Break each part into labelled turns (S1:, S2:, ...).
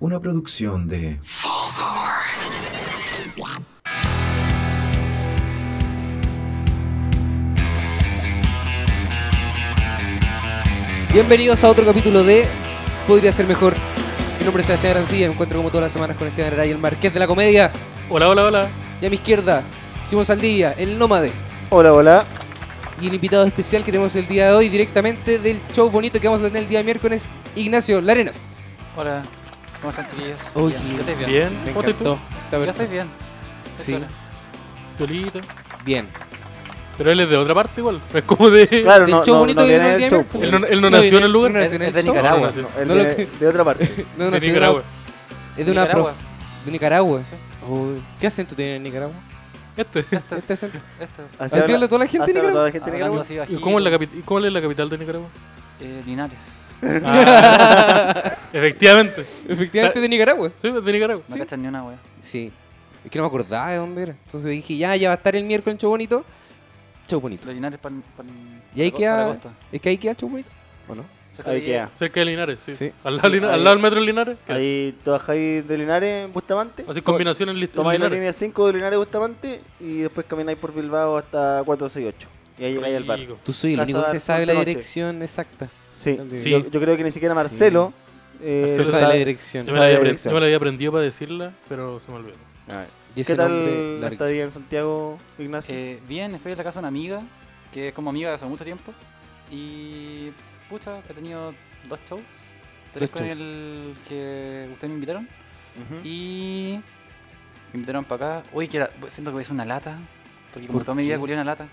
S1: Una producción de...
S2: Bienvenidos a otro capítulo de Podría ser mejor. Mi nombre es Sebastián Arancilla, me encuentro como todas las semanas con Esteban Herrera y el Marqués de la Comedia.
S3: Hola, hola, hola.
S2: Y a mi izquierda, Simón Saldivia, el Nómade.
S4: Hola, hola.
S2: Y el invitado especial que tenemos el día de hoy directamente del show bonito que vamos a tener el día miércoles, Ignacio Larenas.
S5: Hola, ¿cómo están chiquillos?
S2: Uy,
S5: bien, yo estoy bien.
S3: Bien.
S2: Me
S3: ¿Cómo estás tú?
S2: encantó esta
S5: Yo estoy
S2: versión.
S5: bien. Estoy
S2: Sí,
S5: piola.
S3: Piolito.
S2: bien.
S3: pues? Pero él es de otra parte igual. No es como de...
S4: Claro,
S2: El
S4: no,
S2: show
S4: no,
S2: bonito
S4: no
S2: que viene
S4: viene
S2: el día
S4: del show.
S2: miércoles.
S4: po.
S3: Él no, él no nació en el lugar.
S2: No nació en el
S5: Es- es de
S2: show.
S5: Nicaragua.
S3: No,
S4: No, él
S2: No lo
S4: viene
S2: que-
S4: de otra parte.
S2: No
S3: De
S2: nació en el-
S3: Nicaragua.
S2: Es de una
S5: Nicaragua.
S2: prof. De Nicaragua.
S5: Sí.
S2: Uy, ¿Qué acento tiene en Nicaragua?
S3: Este.
S2: Este acento.
S5: Esto.
S2: Así habla toda la gente en
S4: así habla
S2: Nicaragua.
S4: toda la gente en
S5: Ah, Hablando
S4: Nicaragua.
S5: así bajito.
S3: ¿Y cómo es, la capi- y cuál es la capital de Nicaragua? Ah,
S5: Eh, Linares.
S3: Efectivamente.
S2: Efectivamente, de Nicaragua.
S3: Sí, es de Nicaragua.
S5: No cachan ni una wea.
S2: Sí. Es que no me acordaba de dónde era. Entonces dije, ya, ya va a estar el miércoles en Show Bonito. Show Bonito.
S5: De Linares para
S2: Y ahí queda.
S5: Costa.
S2: Es que ahí queda Show Bonito. ¿O no?
S5: Cerca
S4: Ahí
S5: de
S4: queda.
S3: Cerca de Linares, sí.
S2: Sí.
S3: Al, lado, de
S4: Sí,
S3: Lina-
S4: ahí-
S3: al lado del metro de Linares. que-
S4: Ahí trabajáis de Linares en Bustamante.
S3: Así combinaciones en, li- en
S4: Tomáis la
S3: Linares.
S4: línea 5 de Linares Bustamante y después camináis por Bilbao hasta 468. Y ahí llegáis al bar.
S3: Rico.
S2: Tú soy el
S4: Plaza
S2: único que se
S4: Once
S2: sabe la
S4: Noche.
S2: dirección exacta.
S4: Sí,
S2: Sí.
S4: Yo, yo creo que ni siquiera Marcelo. eh,
S2: Se
S3: Marcelo
S2: sabe la
S4: sabe-
S2: dirección.
S3: Yo me,
S4: Esa
S3: la
S4: es
S3: había
S4: la
S3: aprendido,
S4: dirección.
S3: yo me la había aprendido para decirla, pero se me olvidó.
S4: A ver,
S2: Y ese
S4: ¿Qué tal
S2: nombre,
S4: la
S2: larguísimo.
S4: estadía en Santiago, Ignacio?
S5: Eh, bien, estoy en la casa de una amiga, que es como amiga de hace mucho tiempo. Y. pucha, he tenido dos shows.
S2: Dos
S5: Tres con
S2: shows.
S5: el que ustedes me invitaron.
S4: Ujú.
S5: Y. Me invitaron para acá. Uy, que era- siento que voy a hacer una lata. Porque como
S2: ¿Por
S5: toda mi vida
S2: qué?
S5: culié una lata.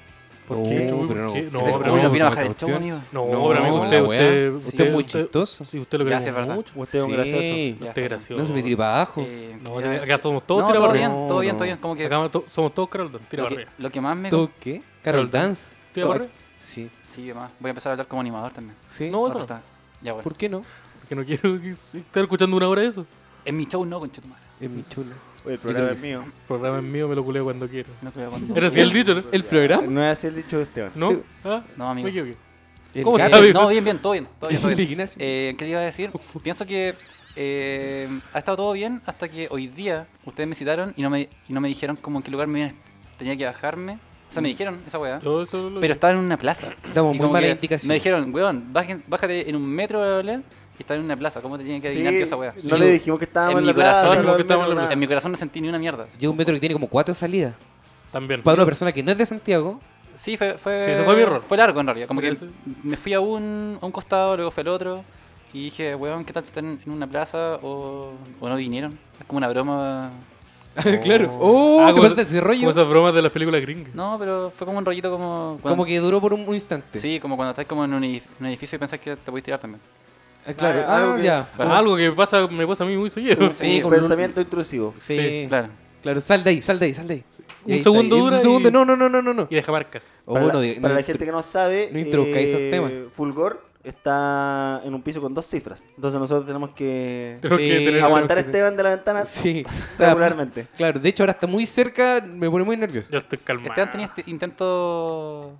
S2: Oh,
S3: qué?
S2: pero
S3: Uy, ¿por
S2: no.
S3: qué? No,
S5: Este-
S3: pero
S5: uy,
S3: no,
S5: nos vino
S2: no,
S5: a bajar el
S2: esta
S5: show,
S2: cuestión.
S5: amigo.
S3: No,
S2: No,
S3: pero amigo, usted,
S2: la weá.
S3: usted,
S5: Sí.
S2: Usted es muy
S3: usted-
S2: chistoso.
S3: Sí, usted lo
S5: Ya, sí, es
S3: queremos
S5: verdad.
S3: mucho.
S4: Usted es un
S2: Sí.
S4: gracioso.
S5: Ya
S3: Usted es
S5: está.
S3: gracioso.
S2: No se me tire para abajo.
S5: Eh,
S3: No,
S5: ya-
S3: acá somos
S5: No,
S3: todos tira
S5: todo
S3: para arriba.
S5: bien,
S2: arriba.
S5: todo bien,
S2: No,
S5: todo bien. Como que
S3: Acá to- somos todos Carlton, tira
S5: lo,
S3: para
S5: que,
S3: arriba.
S5: lo que más me.
S2: ¿Tú qué? Carol
S3: Carol
S2: Dance.
S3: Tira para
S2: So-
S3: arriba.
S2: Sí,
S5: Sí, más. Voy a empezar a hablar como animador también.
S2: sí.
S3: No, eso
S5: Otra
S3: no.
S5: está. Ya, bueno.
S2: ¿Por qué no?
S3: Porque no quiero que- estar escuchando una hora de eso.
S5: En mi show no, conchetumare.
S2: Es mi chulo.
S4: Oye, el
S2: creo
S4: programa
S2: que
S4: es
S2: sí.
S4: mío.
S3: El programa es mío, me lo culeo cuando quiero.
S5: No creo cuando.
S3: Era así el dicho, ¿no?
S2: ¿El programa?
S4: No es así el dicho de Esteban.
S3: ¿No? ¿Ah?
S5: No, amigo.
S3: Me equivoqué.
S2: El
S3: ¿Cómo
S2: gato.
S3: está,
S5: Eh,
S3: amigo?
S5: no, bien, bien, todo bien. Todo bien, todo
S2: El
S5: bien.
S2: Ignacio.
S5: Eh, ¿Qué le iba a decir? Pienso que eh, ha estado todo bien hasta que hoy día ustedes me citaron y no me, y no me dijeron como en qué lugar me iban a- tenía que bajarme. O sea, me dijeron esa weá.
S3: Yo eso lo
S5: Pero estaba en una plaza.
S2: Damos Mm. muy
S5: Y como
S2: mala
S5: que
S2: indicación.
S5: Me dijeron, weón, bajen- bájate en un metro, bla, bla, bla, y estaba en una plaza. ¿Cómo te tienen que
S4: Sí,
S5: adivinar que esa weá?
S4: No le dijimos que estábamos
S5: En
S4: en
S5: mi
S4: la plaza.
S5: corazón,
S4: no
S3: que estábamos en la
S4: nada.
S5: En mi corazón no sentí ni una mierda.
S2: Llega un metro que tiene como cuatro salidas.
S3: También.
S2: Para una persona que no es de Santiago,
S5: Sí, fue, fue,
S3: Sí, ese fue mi error.
S5: fue largo en realidad. Como
S3: Porque
S5: que
S3: ese-
S5: me fui a un, a un costado, luego fue al otro. Y dije, weón, ¿qué tal si están en una plaza o, o no vinieron? Es como una broma.
S2: claro. Oh,
S3: Ah,
S2: te
S3: como
S2: pasaste
S3: esa-
S2: ese rollo.
S3: Como esas bromas de las películas gringas.
S5: No, pero fue como un rollito como. cuando-
S2: Como que duró por un, un instante.
S5: Sí, como cuando estás como en un, edif- un edificio y pensás que te puedes tirar también.
S2: Ah, claro.
S4: Ah,
S2: Ah,
S4: algo que-
S2: ya.
S3: Ah, Algo que pasa, me pasa a mí muy seguido.
S2: Uh, Sí, con
S4: Pensamiento intrusivo.
S2: Sí,
S3: Sí,
S2: claro.
S5: Claro.
S2: Sal de ahí, sal de ahí, sal de ahí. Y ahí
S3: Un
S2: está,
S3: segundo
S2: y
S3: dura.
S2: Un segundo,
S3: y-
S2: no, no, no, no, no. no.
S3: Y deja marcas.
S2: O
S4: para
S2: bueno,
S4: la,
S2: di-
S4: para
S2: no
S4: la
S2: intro-
S4: gente que no sabe,
S2: no introduzcáis esos
S4: eh,
S2: temas.
S4: Fulgor está en un piso con dos cifras. Entonces nosotros tenemos que
S3: Tengo
S2: Sí,
S3: que tener-
S4: aguantar a
S2: tenemos que-
S4: Esteban de la ventana
S2: Sí.
S4: regularmente.
S2: Claro, de hecho ahora está muy cerca, me pone muy nervioso.
S3: Yo estoy calmado.
S5: Esteban tenía este intento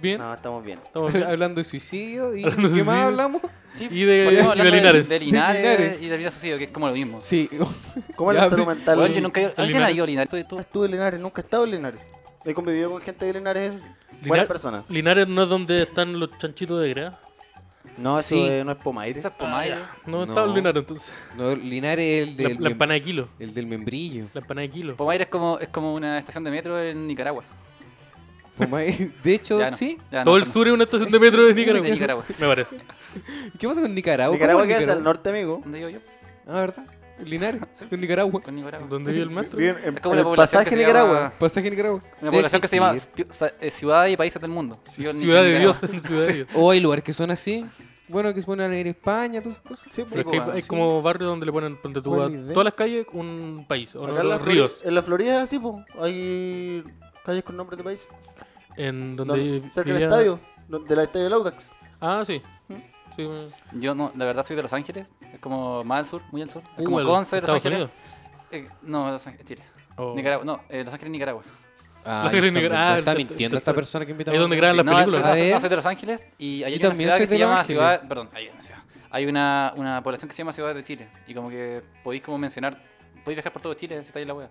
S3: Bien.
S4: No, estamos bien.
S3: Estamos bien.
S2: Hablando de suicidio y
S3: Hablando de
S2: ¿qué más
S3: suicidio.
S2: hablamos?
S5: Sí,
S3: Y de-
S5: porque estamos
S3: y de
S5: hablando
S3: Linares.
S5: De, Linares
S2: De Linares.
S5: y de vida suicidio, que es como lo mismo.
S2: Sí.
S4: ¿Cómo es
S2: Ya,
S4: la salud
S2: pero-
S4: mental?
S5: Weón, yo nunca he ido-
S3: el
S5: ¿Alguien ha ido a Linares? ¿Tú, tú?
S4: estuve en Linares, nunca he estado en Linares. He convivido con gente de Linares, eso sí.
S3: Linar-
S4: buenas personas.
S3: Linares no es donde están los chanchitos de greda.
S4: No, eso
S2: Sí.
S4: eh, no es Pomaire.
S5: Esa es Pomaire.
S2: No.
S3: No, está en Linares entonces.
S2: No, Linares es el
S3: La,
S2: del,
S3: la
S2: mem-
S3: empanada de kilo.
S2: el del membrillo.
S3: La empanada de kilo.
S5: Pomaire es como, es como una estación de metro en Nicaragua.
S2: Pomay- De hecho,
S5: Ya no,
S2: sí.
S5: ya no,
S3: Todo el
S5: no.
S3: sur es una estación de metro de Nicaragua.
S5: De Nicaragua.
S3: Me parece.
S2: ¿Qué pasa con Nicaragua?
S4: Nicaragua
S2: ¿Cómo
S4: que
S2: es
S4: es al norte, amigo.
S5: ¿Dónde vivo yo?
S2: Ah, ¿verdad? Linares, con Nicaragua.
S5: Con Nicaragua.
S3: ¿Dónde vive el maestro?
S4: Bien, en,
S5: Es como
S4: en
S5: una
S4: el
S5: población
S4: pasaje
S5: que se
S4: Nicaragua.
S5: llama,
S2: Pasaje a Nicaragua.
S5: Ah. una
S2: De
S5: población que se llama
S2: existir.
S5: Ciu- Sa- eh, Ciudad y Países del Mundo. Yo ni-
S3: Ciudad de
S5: Nicaragua.
S3: Dios. en Ciudad de Dios.
S2: O Oh, hay lugares que son así. Bueno, que se ponen a leer España, todas esas cosas.
S4: Sí, pues,
S3: Pero es
S5: po,
S3: que hay,
S5: weón,
S3: hay
S5: sí.
S3: como barrios donde le ponen ponte tú, a
S2: Buena idea.
S3: todas las calles un país. O no,
S4: en la pues,
S3: los ríos.
S4: Florida, en la Florida es así, po. Hay calles con nombres de países.
S3: En donde
S1: Donde-
S3: vi-
S1: cerca del
S3: vivía-
S1: estadio, donde- del estadio del Audax.
S3: Ah, sí. Sí, bueno.
S5: Yo no, la verdad soy de Los Ángeles, es como más al sur, muy al sur. Es
S3: Uh,
S5: como
S3: el-
S5: Conce, Los
S3: Estados Unidos.
S5: Ángeles. Eh, no, Los Ángeles, Chile.
S3: Oh.
S5: Nicaragua, no, eh, Los Ángeles, Nicaragua.
S2: Ah,
S3: La
S2: está,
S3: Green Gra- ah,
S2: está
S3: el-
S2: mintiendo
S3: el-
S2: esta
S3: el-
S2: persona que invitamos.
S3: Ahí es donde graban las
S5: no,
S3: películas.
S5: no,
S2: A ver.
S5: no, soy de Los Ángeles y hay
S2: Yo
S5: una
S2: también
S5: ciudad
S2: soy
S5: que se
S2: de Los
S5: llama
S2: Ángeles.
S5: ciudad, perdón, hay una ciudad. Hay una, una población que se llama Ciudad de Chile y como que podéis como mencionar, podéis viajar por todo Chile si estáis en la wea.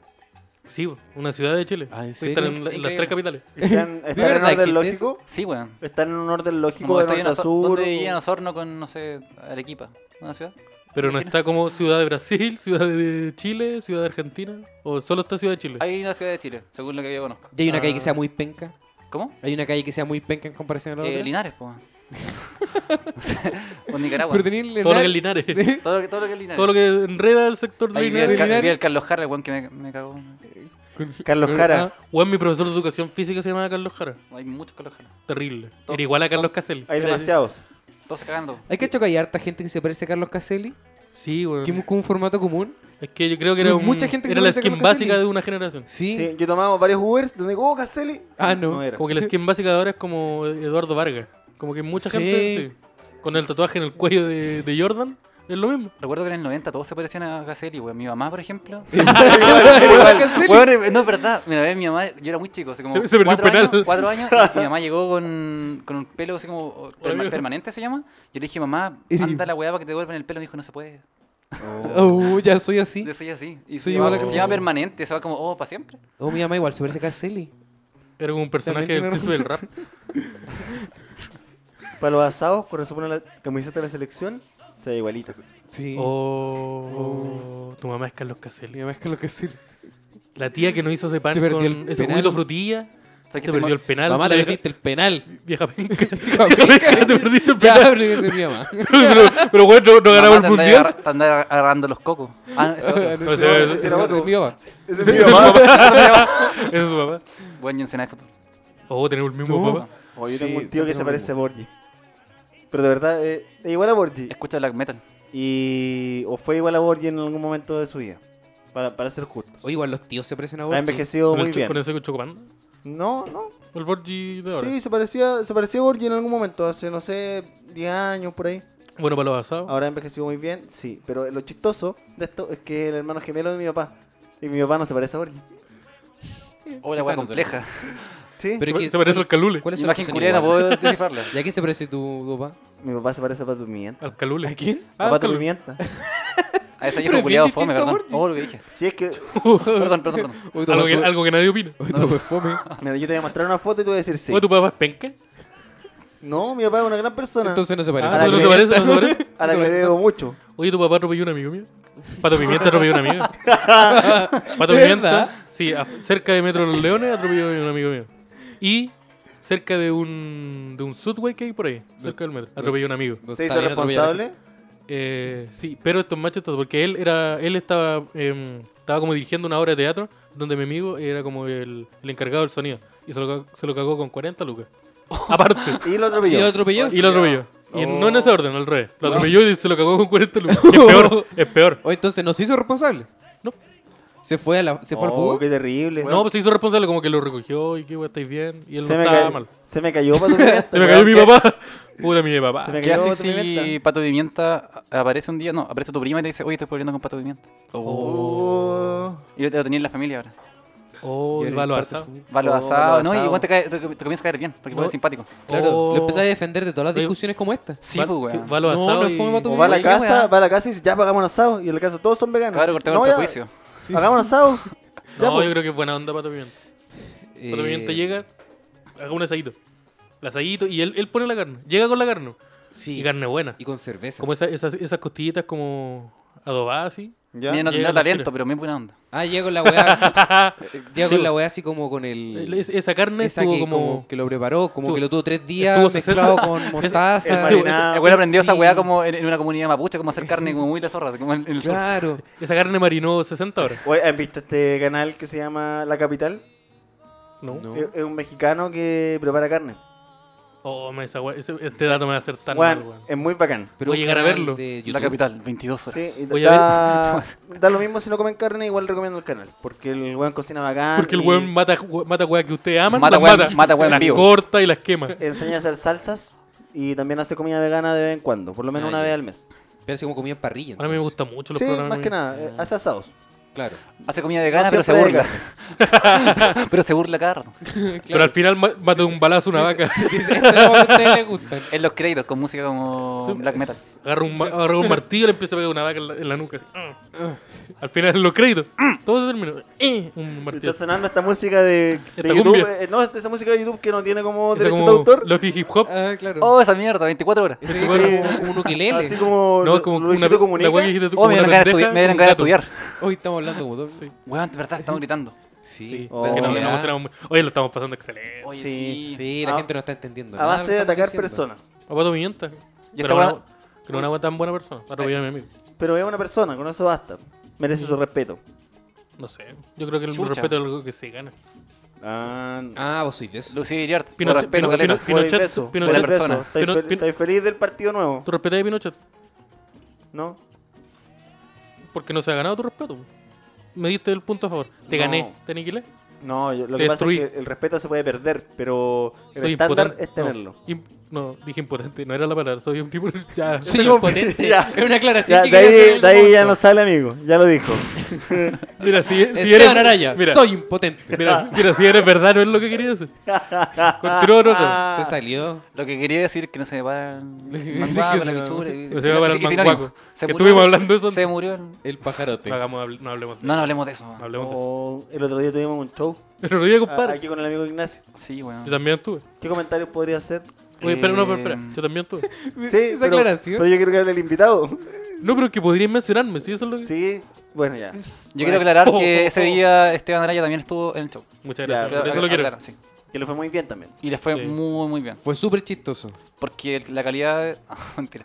S3: Sí, bo, una ciudad de Chile.
S2: Ah, ¿en
S3: Sí, están
S2: serio?
S3: en la- en las
S5: Increíble.
S3: tres capitales.
S4: ¿Están,
S2: ¿De
S4: están en
S2: verdad
S4: orden
S2: existe
S4: lógico?
S5: Sí, weón.
S4: ¿Están en un orden lógico
S5: Como
S4: de
S5: estoy en
S4: norte a
S5: Osorno,
S4: sur?
S5: ¿Dónde vivía en
S4: o-
S5: Osorno con, no sé, Arequipa? ¿Una ciudad?
S3: Pero no
S5: Chile.
S3: está como ciudad de Brasil, ciudad de Chile, ciudad de Argentina. O solo está ciudad de Chile.
S5: Hay una ciudad de Chile, según lo que yo conozco.
S2: Y hay una calle que
S3: Ah.
S2: sea muy penca.
S5: ¿Cómo?
S2: Hay una calle que sea muy penca en comparación a la
S5: Eh,
S2: otra.
S5: Linares, po. o Nicaragua.
S2: Pero tenía el
S3: Todo lo que es
S2: Linares.
S3: Linares.
S5: Todo, lo- todo lo que es Linares.
S3: Todo lo que enreda el sector de
S5: Ahí vi al,
S3: Linares.
S5: Car- vi al Carlos Jara, weón, que me, me cagó.
S4: Carlos Jara.
S3: Ah, weón, mi profesor de educación física se llamaba Carlos Jara.
S5: Hay muchos Carlos Jara.
S3: Terrible.
S2: Oh.
S5: Todo-
S3: Era igual a Carlos Caselli.
S4: Hay
S3: Era-
S4: demasiados.
S5: Todos se cagando.
S2: Hay que achar que hay harta gente que se parece a Carlos Caselli.
S3: Sí, weón.
S2: Que es como un formato común.
S3: Es que yo creo que era un,
S2: Mucha gente que se
S3: era la
S2: parece a
S3: skin
S2: Carlos
S3: básica
S2: Caselli.
S3: de una generación.
S2: Sí.
S4: Sí, yo tomaba varios Ubers donde, oh, Caselli.
S2: Ah, no.
S4: era.
S3: Como que la skin básica de ahora es como Eduardo Vargas. Como que mucha
S2: Sí.
S3: gente, sí. Con el tatuaje en el cuello de, de Jordan, es lo mismo.
S5: Recuerdo que en el 90 todos se parecían a Gaceli, weón. Mi mamá, por ejemplo.
S2: Carlos Caselli.
S5: Weón, eh, no, es verdad. Mira, a ver, mi mamá, yo era muy chico, así como
S3: Se- se perdió un
S5: cuatro,
S3: penal.
S5: años, cuatro años. y mi mamá llegó con, con un pelo así como oh, perma-
S3: Obvio.
S5: permanente, se llama. Yo le dije, mamá,
S2: Eres-
S5: anda la weá para que te devuelvan el pelo. Me dijo, no se puede.
S2: Oh, ya soy así.
S5: Yo soy así. Y
S2: Soy
S5: se,
S2: igual
S5: llama,
S2: a
S5: se
S2: Gaceli.
S5: llama permanente, se va como, oh, para siempre.
S2: Oh, mi mamá igual se parece a Caselli.
S3: Era como un personaje
S2: También
S3: del
S2: tiene
S3: príncipe del rap.
S4: Para los asados, cuando se pone la camiseta de la selección, se ve igualita.
S2: Sí.
S3: Oh, tu mamá es Carlos
S2: Mi
S3: Caselli.
S2: mamá es Carlos Caselli.
S3: La tía que no hizo ese pan
S2: Se perdió
S3: con
S2: el
S3: ese
S2: penal.
S3: juguito frutilla.
S5: O sea,
S3: Se
S5: que
S3: perdió el penal.
S2: Mamá,
S3: La
S2: te
S3: vieja-
S2: perdiste el penal.
S3: Vieja penca.
S2: Vieja
S3: Vieja
S2: penca.
S3: penca, te perdiste el penal.
S2: Ya, pero esa es mi mamá.
S3: pero, pero bueno, no, no ganamos el mundial.
S5: Te andáis agarrando los cocos. Ah, no, ese otro.
S3: No, ese- ese-
S2: Ese
S4: era otro.
S2: es mi mamá.
S4: Ese
S3: Ese es su mamá. Ese es su mamá.
S5: Bueno, yo enseñé fútbol.
S3: Oh, tenemos el mismo
S2: No.
S3: papá.
S4: Oye, yo
S2: Sí,
S4: tengo un tío que se
S2: tenemos
S4: parece a Borgi. Pero de verdad, eh, es igual a Borgi.
S5: Escucho black metal.
S4: Y... O fue igual a Borgi en algún momento de su vida. Para, para ser justo.
S2: Oye, igual los tíos se parecen a vos.
S4: Ha
S2: chico.
S4: envejecido
S3: Con el
S4: muy
S3: cho-
S4: bien.
S3: Con ese chocopán.
S4: No, no.
S3: El Borgi de ahora.
S4: Sí, se parecía, se parecía a Borgi en algún momento, hace, no sé, 10 años por ahí.
S3: Bueno, para los asados.
S4: Ahora ha envejecido muy bien, sí. Pero lo chistoso de esto es que el hermano gemelo de mi papá. Y mi papá no se parece a Borgi.
S5: Oh, la
S2: Quizá
S5: wea
S2: no se
S5: compleja.
S4: Sí.
S2: Pero
S3: Se-
S2: es que-
S3: se parece al calule.
S2: ¿Cuáles son
S5: Imagen
S2: los
S5: culiada, no puedo descifrarla.
S2: ¿Y a qué se parece tu papá?
S4: Mi papá se parece a Pato Pimienta.
S3: Al calule. ¿A quién?
S4: A
S3: Ah, al
S4: Pato
S3: calule.
S4: Pimienta.
S5: A
S2: Pero
S5: ese viejo
S2: es
S5: culiado
S2: bien
S5: fome,
S2: distinto,
S5: perdón.
S2: Borgi.
S5: Oh, lo que dije.
S4: Si es que.
S5: Perdón, perdón, perdón.
S2: Oye, tu
S3: Algo
S2: papá
S3: que,
S2: se-
S3: algo que nadie opina.
S2: oye, tu papá es fome.
S4: Mira, yo te voy a mostrar una foto y tú vas a decir sí.
S3: Oye, tu papá es penca.
S4: No, mi papá es una gran persona.
S2: Entonces no se parece.
S3: Ah,
S4: la
S3: no
S4: que
S3: se
S4: le-
S3: parece, no se parece.
S4: a la que le debo mucho.
S3: Oye, tu papá atropelló a un amigo mío. Pato Pimienta atropelló a una amiga. Pato
S2: ¿Verdad?
S3: Pimienta, sí, a- cerca de Metro Los Leones atropelló a un amigo mío. Y cerca de un, de un subway que hay por ahí, cerca del metro, atropelló a un amigo.
S2: No
S4: ¿Se
S2: está
S4: hizo
S2: bien atropellar a la gente.
S4: responsable?
S3: Eh, sí, pero esto es más chistoso, porque él era él estaba em, estaba como dirigiendo una obra de teatro donde mi amigo era como el, el encargado del sonido y se lo, ca- se lo cagó con 40 lucas. Aparte.
S4: Y lo
S2: ¿Y lo
S4: atropelló.
S2: atropelló?
S3: Y lo atropelló. Y
S4: Oh.
S3: no en ese orden, al revés. Lo atropelló y se lo cagó con 40 lucas. Es peor, es peor.
S2: Oye, entonces no se hizo responsable.
S3: No.
S2: Se fue, a la, se fue al
S4: Oh,
S2: fútbol.
S4: qué terrible.
S3: No, pues se hizo responsable como que lo recogió y que weón, estáis bien. Y él
S4: se,
S3: no
S4: me
S3: estaba
S4: cayó,
S3: mal.
S4: se me cayó Pato Pimienta.
S3: Se me cayó mi
S4: weón,
S3: papá. Puta mi papá.
S4: Se me
S5: ¿Qué
S4: cayó
S5: haces
S4: Pato
S5: si
S4: Pimienta.
S5: Pato Pimienta a- aparece un día? No, aparece tu prima y te dice, oye, estoy volviendo con Pato Pimienta.
S4: Oh.
S5: Y lo, lo tenía en la familia ahora.
S3: Oh,
S2: Yo
S3: y
S2: era
S3: va a los
S2: parte del
S3: asados.
S2: fútbol.
S5: Va a los
S4: Oh,
S5: asados, ¿no?
S4: asado.
S5: Y igual te, cae- te, te comienza a caer bien, porque
S3: No.
S5: igual es simpático.
S2: Claro,
S3: Oh.
S2: lo empezás a defender de todas las
S3: Oye,
S2: discusiones como esta.
S5: Sí, pues,
S3: Va- sí,
S5: weón.
S3: Va a los
S2: No,
S3: asados.
S2: no es fome
S3: y-
S2: pa' tu
S4: O va a la
S5: Oye, qué
S4: casa,
S5: weá.
S4: va a la casa y dice, ya pagamos un asado. Y en la casa todos son veganos.
S5: Claro, cortemos
S4: no,
S5: el
S4: ya,
S5: prejuicio.
S4: Hagamos un asado. Ya,
S3: No,
S4: pues.
S3: yo creo que es buena onda Pato Pimienta. Pato
S2: Eh,
S3: Pimienta llega, haga un asadito. El asadito y él, él pone la carne. Llega con la carne.
S2: Sí.
S3: Y carne buena.
S2: Y con cerveza.
S3: Como esas, esas, esas costillitas como adobadas así.
S4: Ya.
S5: Mira,
S3: Llega
S5: no tendrá
S3: a la
S5: talento,
S3: tira.
S5: pero muy buena onda.
S2: Ah, llega con la weá. llega
S3: Sí.
S2: con la weá así como con el.
S3: Es- Esa carne
S2: esa
S3: estuvo
S2: que, como...
S3: como...
S2: que lo preparó, como
S3: estuvo-
S2: que lo tuvo tres días
S3: estuvo
S2: mezclado
S3: 60
S2: con
S4: El
S2: mostaza.
S3: estuvo-
S4: marinado.
S5: El weón aprendió esa
S2: sí.
S5: weá como en, en una comunidad mapuche, como hacer carne como muy la zorra, así como en, en el sur.
S2: claro.
S3: Esa carne marinó 60 horas.
S4: Oye, ¿han visto este canal que se llama La Capital?
S3: No.
S2: No.
S4: Es es un mexicano que prepara carne.
S3: Oh, me esa, wea- ese- este dato me va a hacer tan mal,
S4: Weón,
S3: weón.
S4: es muy bacán.
S2: Pero un
S3: Voy a llegar a
S2: canal
S3: verlo.
S2: de
S5: La
S2: YouTube.
S5: capital, 22 horas.
S4: Sí, y
S3: Voy
S4: da, da lo mismo si no comen carne, igual recomiendo el canal. Porque el weón cocina bacán.
S3: Porque el
S4: y
S3: weón mata, ju- mata weas que ustedes aman,
S5: Mata
S3: las
S5: wea-
S3: mata,
S5: mata wea en
S3: las
S5: vivo.
S3: corta y las quema.
S4: Enseña a hacer salsas y también hace comida vegana de vez en cuando, por lo menos
S2: Ah,
S4: una
S2: ya.
S4: vez al mes.
S2: Parece como comida en parrilla.
S3: Ahora a mí me
S2: entonces.
S3: gustan mucho los
S4: Sí,
S3: programas.
S4: más
S3: de
S4: que
S3: comida.
S4: nada, eh, hace asados.
S2: Claro.
S5: Hace comida vegana, pero se
S4: siempre de
S5: burla. pero se burla cada rato.
S3: Pero al final ma- mata de un balazo una vaca.
S2: Dice, esto es lo que a ustedes les gustan.
S5: En los créditos con música como
S3: Sí.
S5: black metal.
S3: Agarra un, ma- agarra un martillo y le empieza a pegar una vaca en la, en la nuca. así.
S5: Ah.
S3: Al final en los créditos. Todo se terminó. Eh, un martillo.
S4: Está sonando esta música de, de
S3: Esta
S4: YouTube.
S3: cumbia.
S4: eh, no, esta- esa música de YouTube que no tiene como
S3: Ese
S4: derecho
S3: como
S4: de autor.
S3: Lo hip hop.
S2: Ah, claro.
S5: Oh, esa mierda, 24 horas.
S2: Ese es como, como un ukelele.
S4: Así como,
S3: No,
S4: lo-
S3: Oh. como
S4: Luisito
S3: una,
S4: Comunica.
S3: una wea que dijiste tú,
S5: Oh,
S3: como
S5: me
S3: una
S5: dieron ganas de
S3: pendeja
S5: estudiar. Me dieron
S3: con un
S5: ganas de
S3: gato.
S5: estudiar.
S2: Hoy estamos hablando como dos.
S3: Sí.
S5: Weón, de verdad, estamos gritando.
S2: Sí.
S3: Sí,
S4: Oh.
S2: la
S3: es que no-
S2: ansiedad.
S3: no emocionamos mucho. Oye, lo estamos pasando excelente.
S5: Oye,
S4: Sí.
S5: sí.
S2: Sí, la
S4: A-
S2: gente no está entendiendo.
S4: Ah. A
S2: nada
S4: base
S2: de
S4: de
S2: lo que
S4: atacar
S2: estamos diciendo.
S4: personas.
S3: Papato Pimienta. Pero
S5: esta
S3: una-
S5: wea-
S3: pero una wea tan buena persona. Atropelló a mi amigo.
S4: Pero es una persona, con eso basta. Merece su respeto.
S3: No sé. Yo creo que el
S5: Chucha.
S3: respeto es algo que se gana.
S4: Ah, no.
S2: Ah, vos sois de eso.
S5: Lucía Iriart,
S3: Pinochet,
S5: por respeto,
S3: Pinoc-
S5: caleta.
S3: Pinoc-
S4: Por el
S3: Pinochet,
S4: beso, por el
S3: Pinochet.
S4: beso.
S5: Persona.
S4: Estoy
S3: Pino-
S4: fel-
S3: Pino-
S4: estoy feliz del partido nuevo,
S3: ¿Tú respetas a Pinochet?
S4: ¿no?
S3: Porque no se ha ganado tu respeto. Me diste el punto a favor. Te
S4: No.
S3: gané. ¿Te aniquilé?
S4: No, yo- lo
S3: Te
S4: que pasa
S3: destruí.
S4: es que el respeto se puede perder, pero el
S3: Soy
S4: estándar
S3: impotente.
S4: es tenerlo.
S3: No, imp- no, dije impotente. No era la palabra. Soy un tipo... Ya.
S2: Soy
S4: como-
S2: impotente.
S4: ya.
S2: Es una aclaración
S4: Ya,
S2: que
S4: de
S2: quería hacer en
S4: ahí,
S2: el
S4: de ahí ya no
S2: momento.
S4: sale, amigo. Ya lo dijo.
S3: Mira, si, si eres...
S2: Esteban Araya,
S3: Mira,
S2: soy impotente.
S3: mira, si- mira, si eres verdad, no es lo que querías decir. Continúa, no,
S4: Ah,
S3: no.
S5: Ah.
S2: Se salió.
S5: Lo que quería decir es que no se me para el
S2: Sí,
S5: manguaco,
S2: que
S5: la
S2: se me-
S5: pichura. y-
S3: se me para el
S5: y sinónimo.
S3: manguaco,
S5: Se
S3: que
S5: murió-
S3: estuvimos hablando de eso.
S5: Se murió. el-
S2: El pajarote.
S3: No, hagamos, hable- no hablemos de
S5: No, no hablemos de eso.
S3: No hablemos de eso.
S4: Oh, el otro día tuvimos un show
S3: Pero lo digo,
S4: a-
S3: compadre.
S4: Ah, aquí con el amigo Ignacio.
S5: Sí,
S3: Yo
S5: weón.
S3: también estuve.
S4: ¿Qué comentarios podría hacer?
S3: Oye, espera, no, pero
S5: Eh,
S3: espera. Yo también estuve.
S4: Sí,
S2: Esa
S4: pero,
S2: aclaración.
S4: pero yo quiero que hable el invitado.
S3: No, pero que podrías mencionarme, si eso es lo que...
S4: Sí, bueno, ya.
S5: Yo quiero aclarar
S3: Oh, oh,
S5: que ese
S3: oh.
S5: día Esteban Araya también estuvo en el show.
S3: Muchas
S4: Ya,
S3: gracias.
S4: pero
S3: eso lo quiero.
S5: Aclarar, sí.
S4: Que le fue muy bien también.
S5: Y les fue
S3: Sí.
S5: muy, muy bien.
S2: Fue súper chistoso.
S5: Porque el- la calidad. de- Ah, mentira.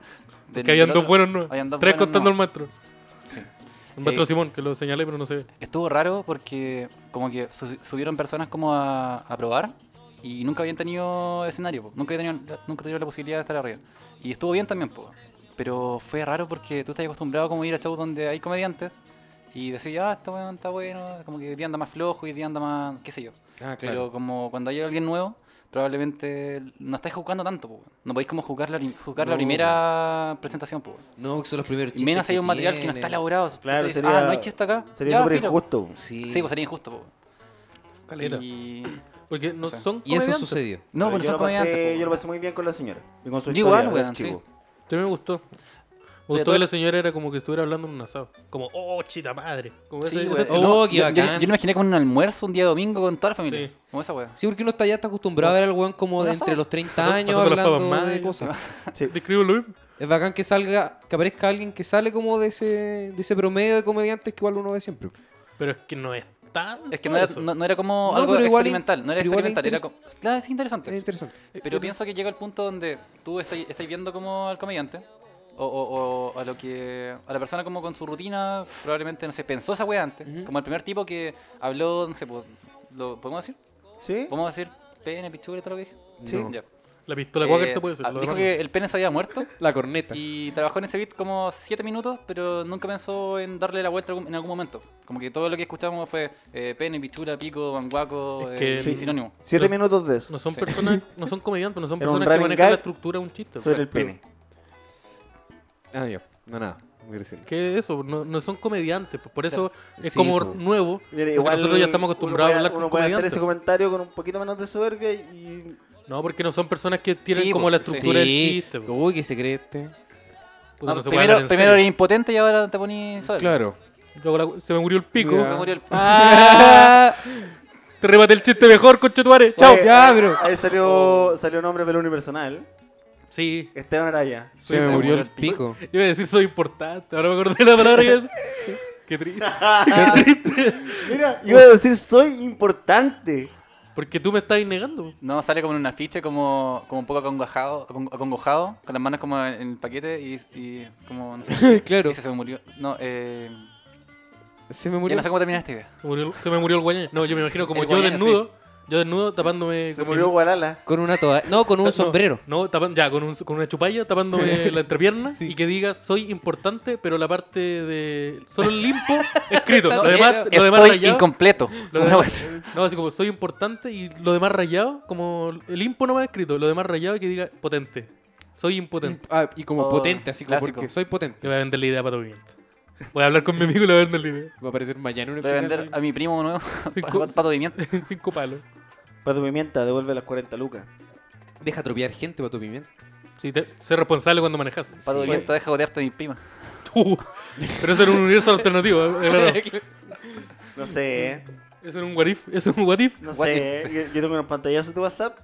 S5: Del-
S3: Que habían
S5: del
S3: dos
S5: otro-
S3: buenos no.
S5: habían dos
S3: Tres
S5: buenos
S3: contando al
S5: no.
S3: maestro.
S5: Sí.
S3: El maestro
S5: Eh,
S3: Simón, que lo señalé, pero no sé.
S5: Estuvo raro porque como que su- subieron personas como a, a probar y nunca habían tenido escenario, po. nunca habían tenido, nunca tuvieron la posibilidad de estar arriba. Y estuvo bien también, po. pero fue raro porque tú estás acostumbrado como a ir a shows donde hay comediantes y decís, ah, está bueno, está bueno, como que hoy día anda más flojo, hoy día anda más, qué sé yo.
S2: Ah,
S5: Pero como cuando hay alguien nuevo, probablemente no estáis jugando tanto, po. no podéis como jugar la, prim- jugar la
S2: No,
S5: primera presentación. Po.
S2: No, que son los primeros
S5: Y
S2: chistes.
S5: menos hay un material que no
S2: tienen.
S5: está elaborado.
S4: Claro,
S5: Entonces,
S4: sería-
S5: ah, no hay chiste acá.
S4: Sería
S5: Ya,
S4: súper
S5: filo.
S4: injusto.
S2: Sí.
S5: Sí, pues sería injusto. po.
S3: Caleta.
S5: Y...
S3: Porque no
S5: o sea,
S3: son
S2: Y eso
S3: comediantes.
S2: sucedió.
S5: No,
S4: Pero
S5: pues no
S4: yo,
S5: son
S4: lo pasé,
S5: comediantes.
S4: yo lo
S5: po.
S4: pasé muy bien con la señora. Y con su
S5: Yo
S4: historia,
S5: igual,
S4: del
S5: weón, sí.
S4: chico.
S3: Sí, me gustó. Me
S5: Oye,
S3: gustó
S5: todo-
S3: que la señora era como que estuviera hablando en un asado. Como, oh, chita madre. Como
S5: Sí,
S3: ese-
S5: güey.
S3: ese-
S2: Oh,
S5: No,
S2: qué
S5: yo, yo-
S2: bacán.
S5: yo me imaginé como un almuerzo un día domingo con toda la familia.
S3: Sí.
S5: Como esa wea.
S2: Sí, porque uno está ya está acostumbrado a ver al weón como de entre los 30 años
S3: Pasando las papas
S2: hablando de
S3: mayo.
S2: cosas.
S4: Sí.
S3: Describo lo mismo.
S2: Es bacán que salga, que aparezca alguien que sale como de ese, de ese promedio de comediantes que igual uno ve siempre.
S3: Pero es que no es tan.
S5: Es que no era,
S3: eso.
S5: no- no era como
S2: No,
S5: algo
S2: pero igual
S5: experimental. No era
S2: pero igual
S5: experimental. Era
S2: interes-
S5: como... Claro, es interesante.
S2: Es interesante.
S5: Pero pienso que llega el punto donde tú estás, estás viendo como al comediante o, o- o a lo que a la persona como con su rutina probablemente no sé pensó esa wea antes
S2: Ujú.
S5: como el primer tipo que habló no sé po- lo podemos decir
S4: ¿Sí?
S5: podemos decir pene pichura todo lo que dije
S4: Sí.
S5: Ya.
S3: La pistola cuáquer
S5: Eh,
S3: se puede hacer.
S5: ah,
S3: lo
S5: dijo
S3: demás
S5: que el pene se había muerto
S2: La corneta.
S5: Y trabajó en ese beat como 7 minutos, pero nunca pensó en darle la vuelta algún- en algún momento. Como que todo lo que escuchábamos fue eh, pene, pichula, pico, banguaco,
S3: Es que-
S5: eh,
S3: Sí.
S5: sinónimo.
S4: Siete
S3: Los-
S4: minutos de
S3: no.
S4: eso.
S3: No son
S5: Sí.
S3: personas, no son comediantes, no son
S4: Era un
S3: personas que
S4: running
S3: manejan
S4: gag
S3: la estructura de un chiste.
S4: Sobre el pene.
S2: Ah, ya. No, nada. Muy gracioso.
S3: Que eso, no, no son comediantes, pues, por eso es
S2: Sí,
S3: como
S2: po.
S3: nuevo.
S4: Mira,
S3: porque nosotros ya estamos acostumbrados
S4: uno puede-
S3: a hablar con
S4: Uno puede hacer
S3: comediantes.
S4: ese comentario con un poquito menos de soberbia y.
S3: No, porque no son personas que tienen
S5: Sí,
S3: como
S5: po.
S3: la
S5: Sí.
S3: estructura del chiste. po.
S2: Uy, que se cree este.
S3: Puta,
S5: Ah,
S3: no se puede hablar
S5: primero
S3: en
S5: primero
S3: serio.
S5: eres impotente y ahora te pones soberbio.
S2: Claro.
S3: Luego la- se me murió el pico.
S2: Mira.
S5: Me murió el-
S3: Ah, te remate el chiste mejor, conchetuare. Chao.
S4: Oye,
S2: ya, bro.
S4: Ahí salió, salió nombre del unipersonal.
S3: Sí.
S4: Esteban Araya.
S2: Se me murió el pico.
S3: Yo iba a decir soy importante. Ahora me acordé de la palabra que iba a decir. Qué triste. Qué triste.
S4: Mira, iba a decir, soy importante.
S3: Porque tú me estás negando.
S5: No, sale como en una ficha, como, como un poco acongojado, acon- acongojado, con las manos como en el paquete y, y como, no sé,
S2: Claro.
S5: dice, se me murió. No, eh,
S2: Se me
S5: ya
S2: murió.
S5: no sé cómo termina esta idea.
S3: Se, murió- se me murió el guañán. No, yo me imagino como
S5: El
S3: yo
S5: guañán,
S3: desnudo. Yo desnudo tapándome.
S4: Se
S3: con
S4: murió
S3: mi-
S4: Gualala.
S2: Con una toa. No, con un
S3: No,
S2: sombrero.
S3: No, tapan- ya, con, un- con una chupalla tapándome la entrepierna
S2: Sí.
S3: y que diga soy importante, pero la parte de. Solo el limpo escrito. lo demás, lo demás
S5: Eh, Estoy
S3: rayado.
S5: incompleto.
S3: lo
S5: Una
S3: demás-
S5: cuestión.
S3: no, así como soy importante y lo demás rayado, como el limpo no me ha escrito, lo demás rayado y que diga potente. Soy impotente.
S2: Ah, y como
S5: Oh,
S2: potente, así como
S5: clásico.
S2: porque soy potente.
S3: Te voy a vender la idea para tu cliente. Voy a hablar con mi amigo y le voy a vender la idea.
S2: Va a aparecer mañana en
S5: Lo voy a vender a mi primo nuevo.
S3: Sí,
S5: pa-
S3: co-
S5: Pato de Pimienta.
S3: Cinco palos.
S4: Pato Pimienta, devuelve las 40 lucas.
S2: Deja atropellar gente para tu pimienta.
S3: Sí, te, sé responsable cuando manejas.
S5: Pato de Pimienta, deja jodearte a mi prima.
S3: Uh, pero eso era un universo alternativo. eh, claro.
S4: No sé, ¿eh?
S3: Eso era un what if, Eso era un what if.
S4: No
S5: What
S4: sé, ¿eh? yo, yo tengo unos pantallazos de WhatsApp.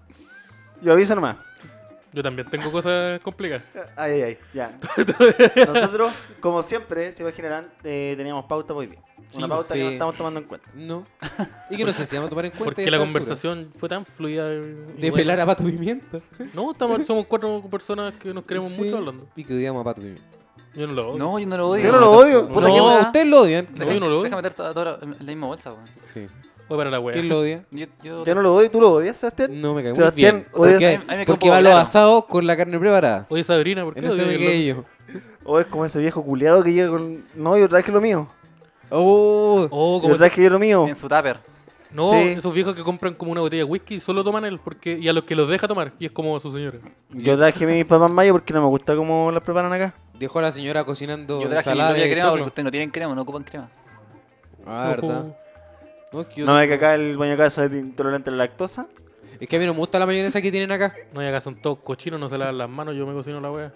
S4: Yo aviso nomás.
S3: Yo también tengo cosas complicadas.
S4: Ay, ay, ay, ya. Nosotros, como siempre, se imaginarán, eh, teníamos pauta hoy día. Una
S2: Sí,
S4: pauta
S2: sí.
S4: que no estamos tomando en cuenta.
S2: No. Y que no sé si vamos a tomar en cuenta.
S3: Porque
S2: esta
S3: la
S2: altura.
S3: conversación fue tan fluida. y- y
S2: De pelar
S3: buena.
S2: a Pato Pimienta.
S3: No, estamos, somos cuatro personas que nos queremos
S2: Sí.
S3: mucho hablando.
S2: Y que odiamos a Pato Pimienta.
S3: Yo no lo hago.
S5: No, yo no lo odio.
S4: Yo no lo odio.
S5: No.
S2: Puta,
S3: No.
S2: que no, ustedes lo odian.
S3: No, yo no lo odio.
S5: Deja meter todo- todo en la misma bolsa, weón.
S2: Sí.
S3: Voy para la wea.
S2: ¿Quién lo odia?
S5: Yo, yo-
S4: Yo no lo odio, ¿tú lo odias, Sebastián?
S2: No me cae muy
S4: Sebastián,
S2: bien.
S4: odias-
S2: Porque,
S5: A mí me cae un
S2: porque
S5: poco
S2: va los
S5: claro.
S2: asados con la carne preparada.
S3: Oye, Sabrina, ¿por qué
S2: En eso me
S3: odias
S2: quedé
S3: el-
S2: yo.
S4: ¿O es como ese viejo culiado que llega con... No, yo traje lo mío.
S2: Oh,
S3: Oh, como
S4: Yo traje yo lo mío.
S5: En su tupper.
S3: No,
S4: Sí.
S3: esos viejos que compran como una botella de whisky y solo toman él porque y a los que los deja tomar y es como a su señora.
S4: Yo traje mis papas mayo porque no me gusta cómo las preparan acá.
S2: dejó a la señora cocinando
S5: Yo traje mi
S2: ensalada
S5: propia
S2: de
S5: crema porque
S2: choclo.
S5: ustedes no tienen crema, no ocupan crema.
S2: Ah, verdad. No, es que yo
S4: No,
S2: tengo-
S4: es que acá el baño de casa es intolerante a la lactosa.
S2: Es que a mí no me gusta la mayonesa que tienen acá.
S3: No, y acá son todos cochinos, no se lavan las manos, yo me cocino la wea.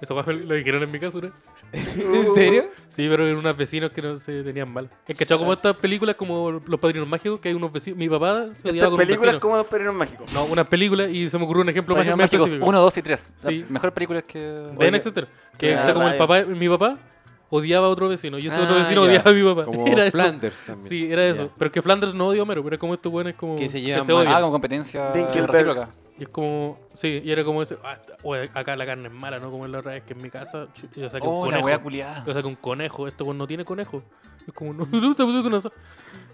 S3: Eso fue lo dijeron en mi casa, ¿no?
S2: ¿En serio?
S3: Sí, pero eran unos vecinos que no se tenían mal. Es que, chao,
S2: Ah.
S3: como estas películas como Los Padrinos Mágicos, que hay unos vecinos. Mi papá se odiaba
S4: Estas
S3: con un
S4: películas
S3: vecino.
S4: como los perinos mágicos.
S3: No, unas películas y se me ocurrió un ejemplo más,
S5: Padrinos
S3: más
S5: Mágicos
S3: específico.
S5: 1, 2 y 3.
S3: Sí.
S5: Las mejores películas que...
S3: De Next Center. Que
S4: Oye,
S3: era como el
S4: raya.
S3: papá, mi papá odiaba a otro vecino y ese otro
S2: Ah,
S3: vecino
S2: ya.
S3: odiaba a mi papá.
S2: Como
S3: Era eso.
S2: Flanders también.
S3: Sí, era eso.
S2: Ya.
S3: Pero es que Flanders no odia a Homero, pero es como estos buenos como
S2: Que se llevan mal.
S5: Ah,
S3: odian.
S5: como competencia
S4: Dinkelberg.
S5: recíproca.
S3: Y es como, sí, y era como ese, ah, esta- oye, acá la carne es mala, ¿no? Como es la otra vez que en mi casa ch- yo saqué
S5: Oh,
S3: un
S5: la wea
S3: conejo.
S5: culiada.
S3: Yo saqué un conejo, esto pues, no tiene conejo. Es como, no, no, se puso una so-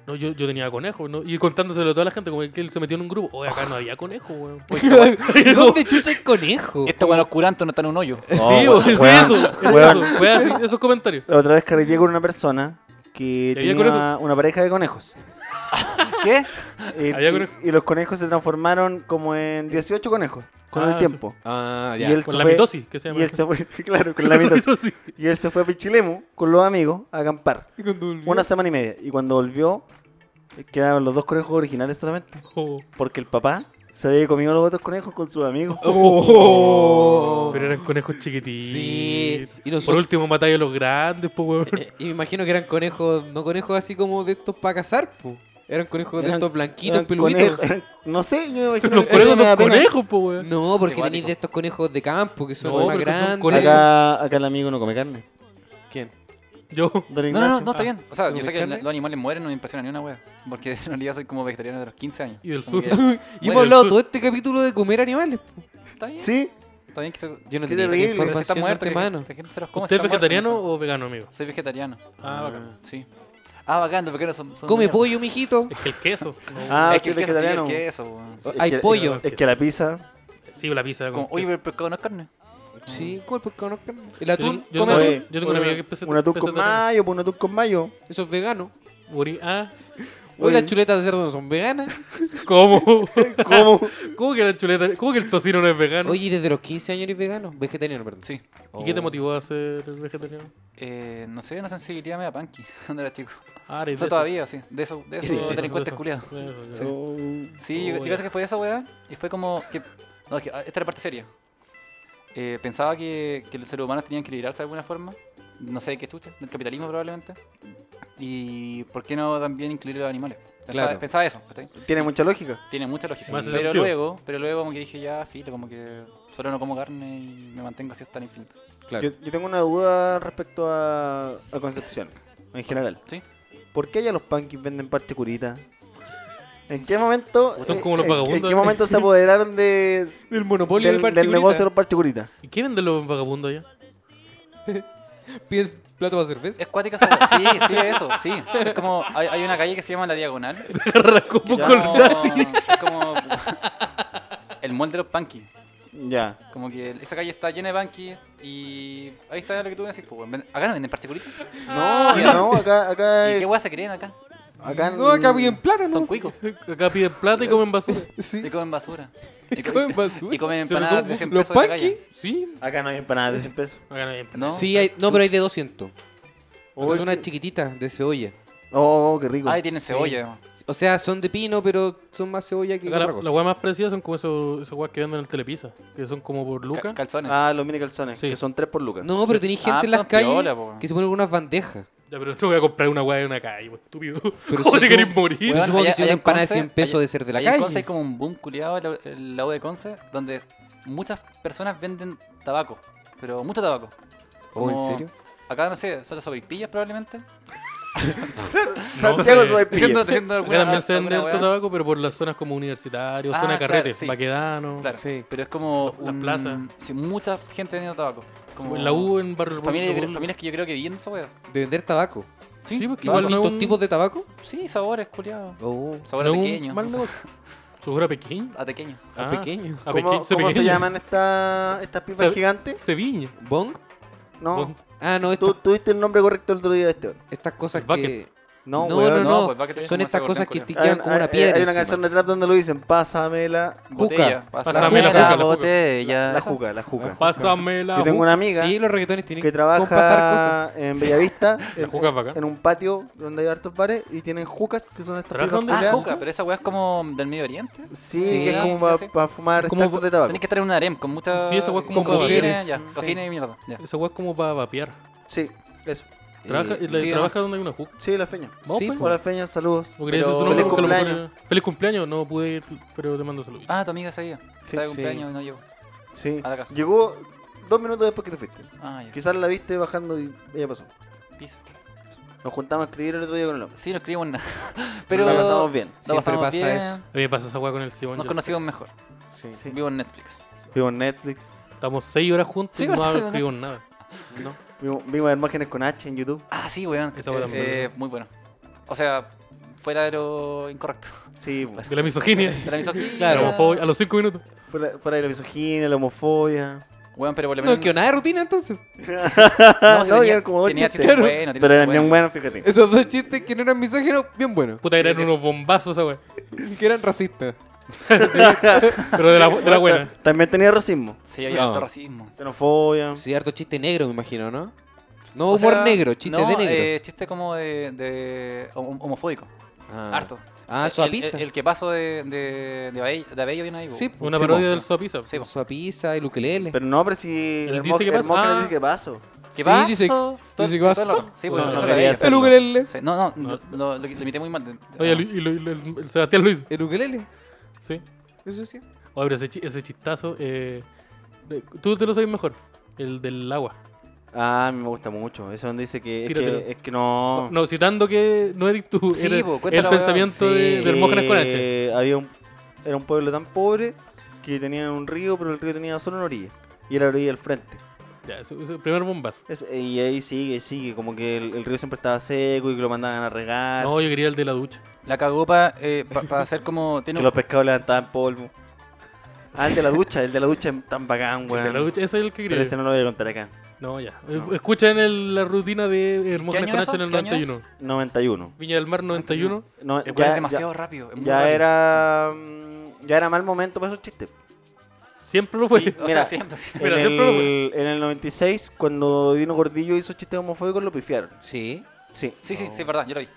S3: No, yo, yo tenía conejo, ¿no? Y contándoselo a toda la gente, como que él se metió en un grupo. Oye, acá no había conejo, weón.
S2: ¿Dónde chucha el conejo?
S5: Esta weón oscuranto no está en un hoyo.
S3: sí,
S4: Oh,
S3: weón, sí,
S4: weón,
S3: eso. es
S4: weón.
S3: eso, weón, sí, esos comentarios.
S4: La otra vez carreteé con una persona que
S3: ¿Y había
S4: tenía
S3: conejos?
S4: una pareja de conejos.
S5: ¿Qué?
S4: Y,
S3: Había
S4: y-
S3: conejos.
S4: y los conejos se transformaron como en 18 conejos con
S3: Ah,
S4: el tiempo.
S2: Ah, ya.
S4: Y él
S3: Con
S4: se
S3: la
S4: fue-
S3: mitosis, que se llama.
S4: Y él se fue, claro, con la mitosis.
S3: mitosis.
S4: Y él se fue a Pichilemu con los amigos a acampar. Una semana y media. Y cuando volvió, quedaron los dos conejos originales solamente.
S3: Oh.
S4: Porque el papá se había comido los otros conejos con sus amigos.
S3: Oh,
S2: Oh.
S3: Pero eran conejos chiquititos.
S2: Sí. Y
S3: Por
S2: nosotros.
S3: último, matáis a los grandes, pues, weón.
S2: eh, Y me imagino que eran conejos, no conejos así como de estos para cazar, po. Eran conejos de
S4: Eran-
S2: estos blanquitos,
S4: eran
S2: peluditos.
S4: conejos- eran- no sé, yo me imagino
S3: Los
S4: que-
S3: conejos
S4: me da
S3: son
S4: pena.
S3: conejos, pues, weón.
S2: No, porque
S5: Igual,
S2: tenéis
S5: hijo.
S2: de estos conejos de campo que son
S3: No,
S2: más
S3: pero estos son
S2: grandes.
S3: conejos.
S4: Acá, acá el amigo no come carne.
S2: ¿Quién?
S3: Yo.
S4: Don
S5: No, no, no,
S4: Ignacio.
S3: Ah.
S5: no, está bien. O sea,
S2: ¿No
S5: yo sé
S2: me
S5: que
S2: carne?
S5: los animales mueren, no me impresiona ni una wea. Porque en realidad soy como vegetariano de los 15 años.
S3: Y del
S5: Como
S3: sur.
S5: que-
S2: Y
S5: Bueno,
S2: hemos
S3: el
S2: hablado
S3: sur-
S2: todo este capítulo de comer animales. po.
S5: Está bien.
S4: Ah, Sí,
S5: Está bien que se...
S2: Yo no
S4: Qué
S2: tenía esta
S4: terrible.
S5: Pero si está
S2: información este
S5: muerto, que,
S2: mano.
S5: que la gente se los come, si
S3: ¿Usted es
S5: está muerto,
S3: vegetariano
S5: no sé.
S3: o vegano, amigo?
S5: Soy vegetariano,
S3: Ah, bacán.
S5: sí. Ah, bacán, los veganos son... son
S2: Come
S5: mierda.
S2: pollo, mijito.
S3: Es que el queso. no.
S4: Ah,
S5: es que el
S4: que
S5: queso, sí,
S4: vegetariano.
S5: el queso, weón.
S4: Sí, es
S2: Hay
S4: que-
S2: pollo.
S4: Es que la pizza.
S3: Sí, la pizza. Oh, con
S5: Como, oye,
S3: queso.
S5: pero el pescado no es carne.
S2: Sí, come pescado, no carne. El
S3: Yo
S2: atún,
S3: tengo-
S2: come
S3: yo
S2: atún.
S3: tengo- yo tengo una amiga que es peseta-
S4: Una atún con
S3: peseta-
S4: mayo, pues una atún con mayo.
S2: Eso es vegano.
S3: Uri- Ah,
S2: Hoy las chuletas de cerdo no son veganas.
S3: ¿cómo?
S4: ¿Cómo?
S3: ¿Cómo que la chuleta? ¿Cómo que el tocino no es vegano?
S2: Oye, ¿y desde los 15 años eres vegano. Vegetariano, perdón. Oh,
S5: Sí.
S3: ¿Y qué te motivó a ser vegetariano?
S5: Eh, no sé, una sensibilidad media punky. ¿Dónde era chico?
S3: Ah, eres
S5: Eso
S3: de
S5: todavía, sí. De eso, de
S3: Eres de
S5: eso,
S3: eso, de
S5: delincuentes
S3: eso.
S5: culiados.
S3: Eso, ya.
S5: Sí, yo-
S3: Oh,
S5: yo
S3: ya.
S5: creo que fue esa weá. Y fue como que. No, es que ah, esta era la parte seria. Eh, pensaba que, que los seres humanos tenían que liberarse de alguna forma. No sé de qué estuche, del capitalismo probablemente. Y por qué no también incluir a los animales. Pensaba,
S2: Claro.
S5: pensaba eso, ¿cachai?
S4: Tiene mucha lógica.
S5: Tiene mucha lógica.
S3: Sí, me hace
S5: pero
S3: sentido.
S5: luego, pero luego como que dije ya, filo, como que solo no como carne y me mantengo así hasta el infinito.
S2: Claro.
S4: Yo, yo tengo una duda respecto a, a Concepción, en general.
S5: Sí.
S4: ¿Por qué allá los punkis venden parte curita? ¿En qué momento, eh,
S3: Son como los
S4: en- en,
S3: vagabundos.
S4: qué momento se apoderaron de,
S2: El monopolio
S4: del, del negocio de los parte curita?
S3: ¿Y qué venden los vagabundos allá?
S2: Pies- plato para cerveza.
S5: Es cuática esa weá. Sí, sí, eso, sí. Es como, hay, hay una calle que se llama La Diagonal.
S3: Rascopo
S5: que Es
S3: con
S5: como, es como el molde de los punkies.
S4: Ya.
S5: Como que esa calle está llena de punkies y ahí está lo que tú me decís. Pues, weón. Ven- acá no venden particulitos.
S4: No, no, acá, acá,
S5: ¿Y qué weá se creen acá?
S4: acá
S2: No, acá bien plata, ¿no?
S5: Son cuicos.
S3: Acá piden plata y comen basura.
S2: Sí.
S5: Y comen basura. Y, co-
S2: comen basura.
S5: y comen
S3: Se lo
S5: empanadas
S3: comen
S5: de 100
S2: Los
S5: pesos en la calle.
S2: punkies.
S3: Sí.
S4: Acá no hay empanadas de 100 pesos.
S3: Acá no hay empanada.
S5: ¿No? Ah,
S2: Sí, hay, no, pero hay de 200.
S4: Oh,
S2: Pero son unas chiquititas de cebolla.
S4: Oh, qué rico.
S5: Ay, tienen
S2: Sí.
S5: cebolla.
S2: O sea, son de pino, pero son más cebolla que
S3: Acá la,
S2: otra cosa.
S3: la weá más preciosa son como esos, esas weas que venden en el Telepizza, que son como por
S5: Ca-
S3: Lucas.
S5: calzones.
S4: Ah, los mini calzones,
S3: Sí.
S4: que son 3 por lucas.
S2: No, pero tenéis gente
S5: Ah,
S2: en las
S5: son
S2: calles
S5: piola, po, weón.
S2: que se pone con unas bandejas.
S3: Ya, pero no voy a comprar una weá en una calle, pues, estúpido.
S2: Pero
S3: ¿Cómo
S2: si
S3: te
S2: eso-
S3: querés morir?
S2: Pero
S5: Weón,
S2: supongo que
S5: allá-
S2: si
S5: allá
S2: una
S5: en
S2: empanada de
S5: Conce-
S2: 100 pesos
S5: allá-
S2: de ser de la
S5: allá en
S2: calle.
S5: Conce hay como un boom culiado al, al lado de Conce, donde muchas personas venden tabaco, pero mucho tabaco.
S2: Oh, ¿en
S5: Como-
S2: serio?
S5: Acá no sé, son las sobrepillas probablemente.
S4: Santiago
S3: sé.
S4: se va a pillar.
S5: Diciendo- diciendo
S3: Acá
S5: alguna-
S3: también se vende
S5: alguna
S3: harto
S5: weá.
S3: tabaco, pero por las zonas como universitarios,
S5: Ah,
S3: zona de
S5: claro,
S3: carrete,
S5: sí.
S3: Baquedano.
S5: Claro,
S2: Sí.
S5: pero es como
S3: Las
S5: un-
S3: plazas.
S5: Sí, mucha gente vendiendo tabaco. Como
S3: En la U, en Barrio
S5: familia-
S3: Revuelto,
S5: familias que yo creo que viven esa weá.
S2: De vender tabaco.
S3: Sí, porque
S5: tabaco.
S3: igual no es
S2: ¿Distintos
S3: un-
S2: tipos de tabaco?
S5: Sí, sabores, culiado.
S2: Oh,
S5: Sabores
S3: No es un
S5: pequeños.
S3: Mal
S5: no sé,
S3: negocio. ¿Seguro a Pekín?
S5: A pequeño.
S2: a
S3: Ah,
S2: pequeño.
S3: a
S4: ¿Cómo,
S3: Pekín, se
S4: cómo se
S3: pequeña.
S4: llaman estas estas pipas
S3: Se-
S4: gigantes?
S3: Sevilla. Pues,
S2: ¿Bong?
S4: No.
S3: Bon-
S2: Ah, no,
S4: Tú
S2: estas,
S4: tuviste el nombre correcto el otro día, Esteban.
S2: estas cosas
S3: El
S2: que...
S3: bucket.
S4: No,
S2: no,
S4: weón.
S2: no,
S5: No, pues va que te
S2: son
S5: dejan
S2: estas
S5: hacer
S2: cosas que
S5: cualquier
S2: te
S5: cosa.
S2: quedan como una piedra
S4: Hay una
S2: encima.
S4: canción de trap donde lo dicen, pásamela.
S5: Botella.
S3: Pásame
S2: la
S5: juca,
S3: juca, la juca.
S5: botella.
S4: La juca, la juca.
S3: Pásame la
S4: Yo tengo
S3: ju-
S4: una amiga
S2: Sí, los reggaetones tienen
S4: que
S2: con pasar cosas.
S4: trabaja en Bellavista, en,
S3: juca es bacán.
S4: en un patio donde hay hartos bares y tienen jucas que son estas
S3: ¿Trabaja
S4: pipas
S3: donde?
S5: Ah,
S4: culiadas.
S5: juca, pero esa weá es como del Medio Oriente.
S4: Sí,
S2: Sí,
S4: que es como
S5: ya
S4: para
S5: sé.
S4: fumar
S3: Como
S4: estacos de tabaco.
S5: Tenés que estar en un harem con muchas.
S3: Sí, esa weá es como para
S5: con cojines,
S2: mujeres.
S5: ya,
S2: Sí.
S5: cojines y mierda. ya.
S3: Esa weá es como para vapear.
S4: Sí, eso.
S3: Trabaja,
S4: Eh,
S3: la-
S5: sí,
S3: trabaja donde hay una juca.
S4: Sí, la feña.
S3: Vamos,
S2: Sí,
S3: pues.
S2: po.
S4: Hola feña, saludos.
S3: No quería decir su
S5: Pero-
S3: nombre
S4: Feliz
S3: porque a lo mejor
S4: cumpleaños.
S3: era- Feliz cumpleaños, no pude ir, pero te mando saludos.
S5: Ah, tu amiga sabía. Está de
S2: sí.
S5: cumpleaños y no llegó.
S4: Sí.
S5: a la casa.
S4: Llegó dos minutos después que te fuiste.
S5: Ah, ya.
S4: Quizás la viste bajando y ella pasó.
S5: piso.
S4: Nos juntamos a escribir el otro día con el hombre.
S5: Sí, no escribimos nada. Pero.
S4: La pasamos bien.
S5: la
S2: Siempre
S5: pasamos
S2: pasa
S5: bien,
S2: eso.
S3: A mí me pasa esa weá con el Simón.
S5: Nos
S3: yo sé.
S5: conocimos mejor.
S4: Sí.
S5: Vivo en Netflix.
S4: Vimos Netflix,
S3: Estamos seis horas juntos
S5: Sí,
S3: y no
S5: ¿verdad?
S3: escribimos nada.
S2: No.
S4: vimos, vimos imágenes con H en YouTube.
S5: Ah, sí, weón.
S3: Esa weá
S5: Eh,
S3: también.
S5: eh, muy bueno. O sea, fuera de lo incorrecto.
S4: Sí,
S3: De la misoginia.
S5: De la misoginia.
S2: Claro.
S3: La homofobia, a los cinco minutos.
S4: fuera, fuera de la misoginia, la homofobia.
S5: Weón, pero por lo
S2: No,
S5: menos.
S2: que nada de rutina entonces.
S4: no,
S5: si
S4: no,
S5: tenía-
S4: eran como dos
S5: tenía
S4: chistes.
S5: chistes buenos, tenía
S4: pero eran
S5: chistes
S4: bien buenos, fíjate.
S2: Esos dos chistes que no eran misóginos, bien buenos.
S3: Puta, eran unos bombazos esa weá.
S2: Que eran racistas.
S3: Pero de la, de la buena.
S4: También tenía racismo.
S5: Sí, había
S2: No.
S5: harto racismo.
S4: Xenofobia.
S2: Sí, harto chiste negro, me imagino, ¿no? No
S5: O
S2: humor
S5: sea,
S2: negro, chistes
S5: no,
S2: de
S5: Eh,
S2: negros.
S5: chiste como de, de hom- homofóbico.
S2: ah.
S5: Harto.
S2: Ah,
S5: El-
S2: suapiza.
S5: El, el que pasó de, de, de, Abello, de Abello viene ahí. po.
S2: Sí, po.
S3: Una
S2: Sí,
S3: parodia
S2: po.
S3: del pues. Suapiza.
S5: Sí, po.
S2: Suapiza, el ukelele.
S4: Pero no, pero si
S3: Él
S4: el
S3: dice
S4: mo-
S3: que pasó.
S4: el Mógenes
S3: Ah.
S4: dice que pasó.
S2: Sí,
S5: ¿Qué pasó?
S2: dice-
S5: Todo-
S2: dice que
S5: todo
S2: pasó.
S5: el rato. Sí, pues,
S3: Bueno,
S5: eso
S4: no
S5: lo
S4: quería
S5: veía.
S4: hacer.
S2: El ukelele.
S5: Sí, no, no, lo, lo, lo- lo imité muy mal. de-
S3: Oye,
S5: ah.
S3: el, el- el- el- el Sebastián Luis.
S2: El ukelele.
S3: Sí.
S2: Eso sí.
S3: Oye, pero ese, chi- ese chistazo. eh, de- tú te lo sabes mejor. El del agua.
S4: Ah, a mí me gusta mucho. Eso donde dice que es,
S3: Tíratelo.
S4: que, es que no. pues,
S3: No, citando que no eres tú.
S5: Sí,
S3: eres
S5: po, cuenta
S3: el
S5: la weá.
S2: Sí.
S3: pensamiento de, de Hermógenes con H.
S4: que Eh, había un, era un pueblo tan pobre que tenían un río, pero el río tenía solo una orilla. Y era la orilla del frente.
S3: Ya, eso- eso, primer bombazo.
S4: Es- y ahí sigue, sigue. Como que el, el río siempre estaba seco y que lo mandaban a regar.
S3: No, yo quería el de la ducha.
S5: La cagó para eh, pa- pa hacer como. Tiene
S4: que
S5: un-
S4: los pescados levantaban polvo. Ah, el de la ducha, el de la ducha es tan bacán,
S3: El de la
S4: weón.
S3: ducha, ese es el que
S4: Pero
S3: quería.
S4: ese no lo voy a contar acá.
S3: No, ya. Eh,
S4: No.
S3: Escuchen el- la rutina de Hermógenes
S5: año
S3: con
S5: eso?
S3: H en el
S5: ¿Qué año
S3: 91.
S4: 91.
S3: Viña del Mar 91.
S4: No,
S5: el
S4: ya-
S5: cual es
S4: ya-
S5: demasiado rápido. es muy
S4: ya
S5: rápido.
S4: era mm, ya era mal momento para esos chistes.
S3: Siempre lo fue.
S5: Sí, o
S4: Mira.
S5: sea, siempre. sí.
S3: Pero
S4: en,
S3: siempre lo
S4: el, en el 96, cuando Dino Gordillo hizo chistes homofóbicos, lo pifiaron.
S2: Sí.
S4: Sí,
S5: Sí, sí, sí, es verdad, yo lo vi.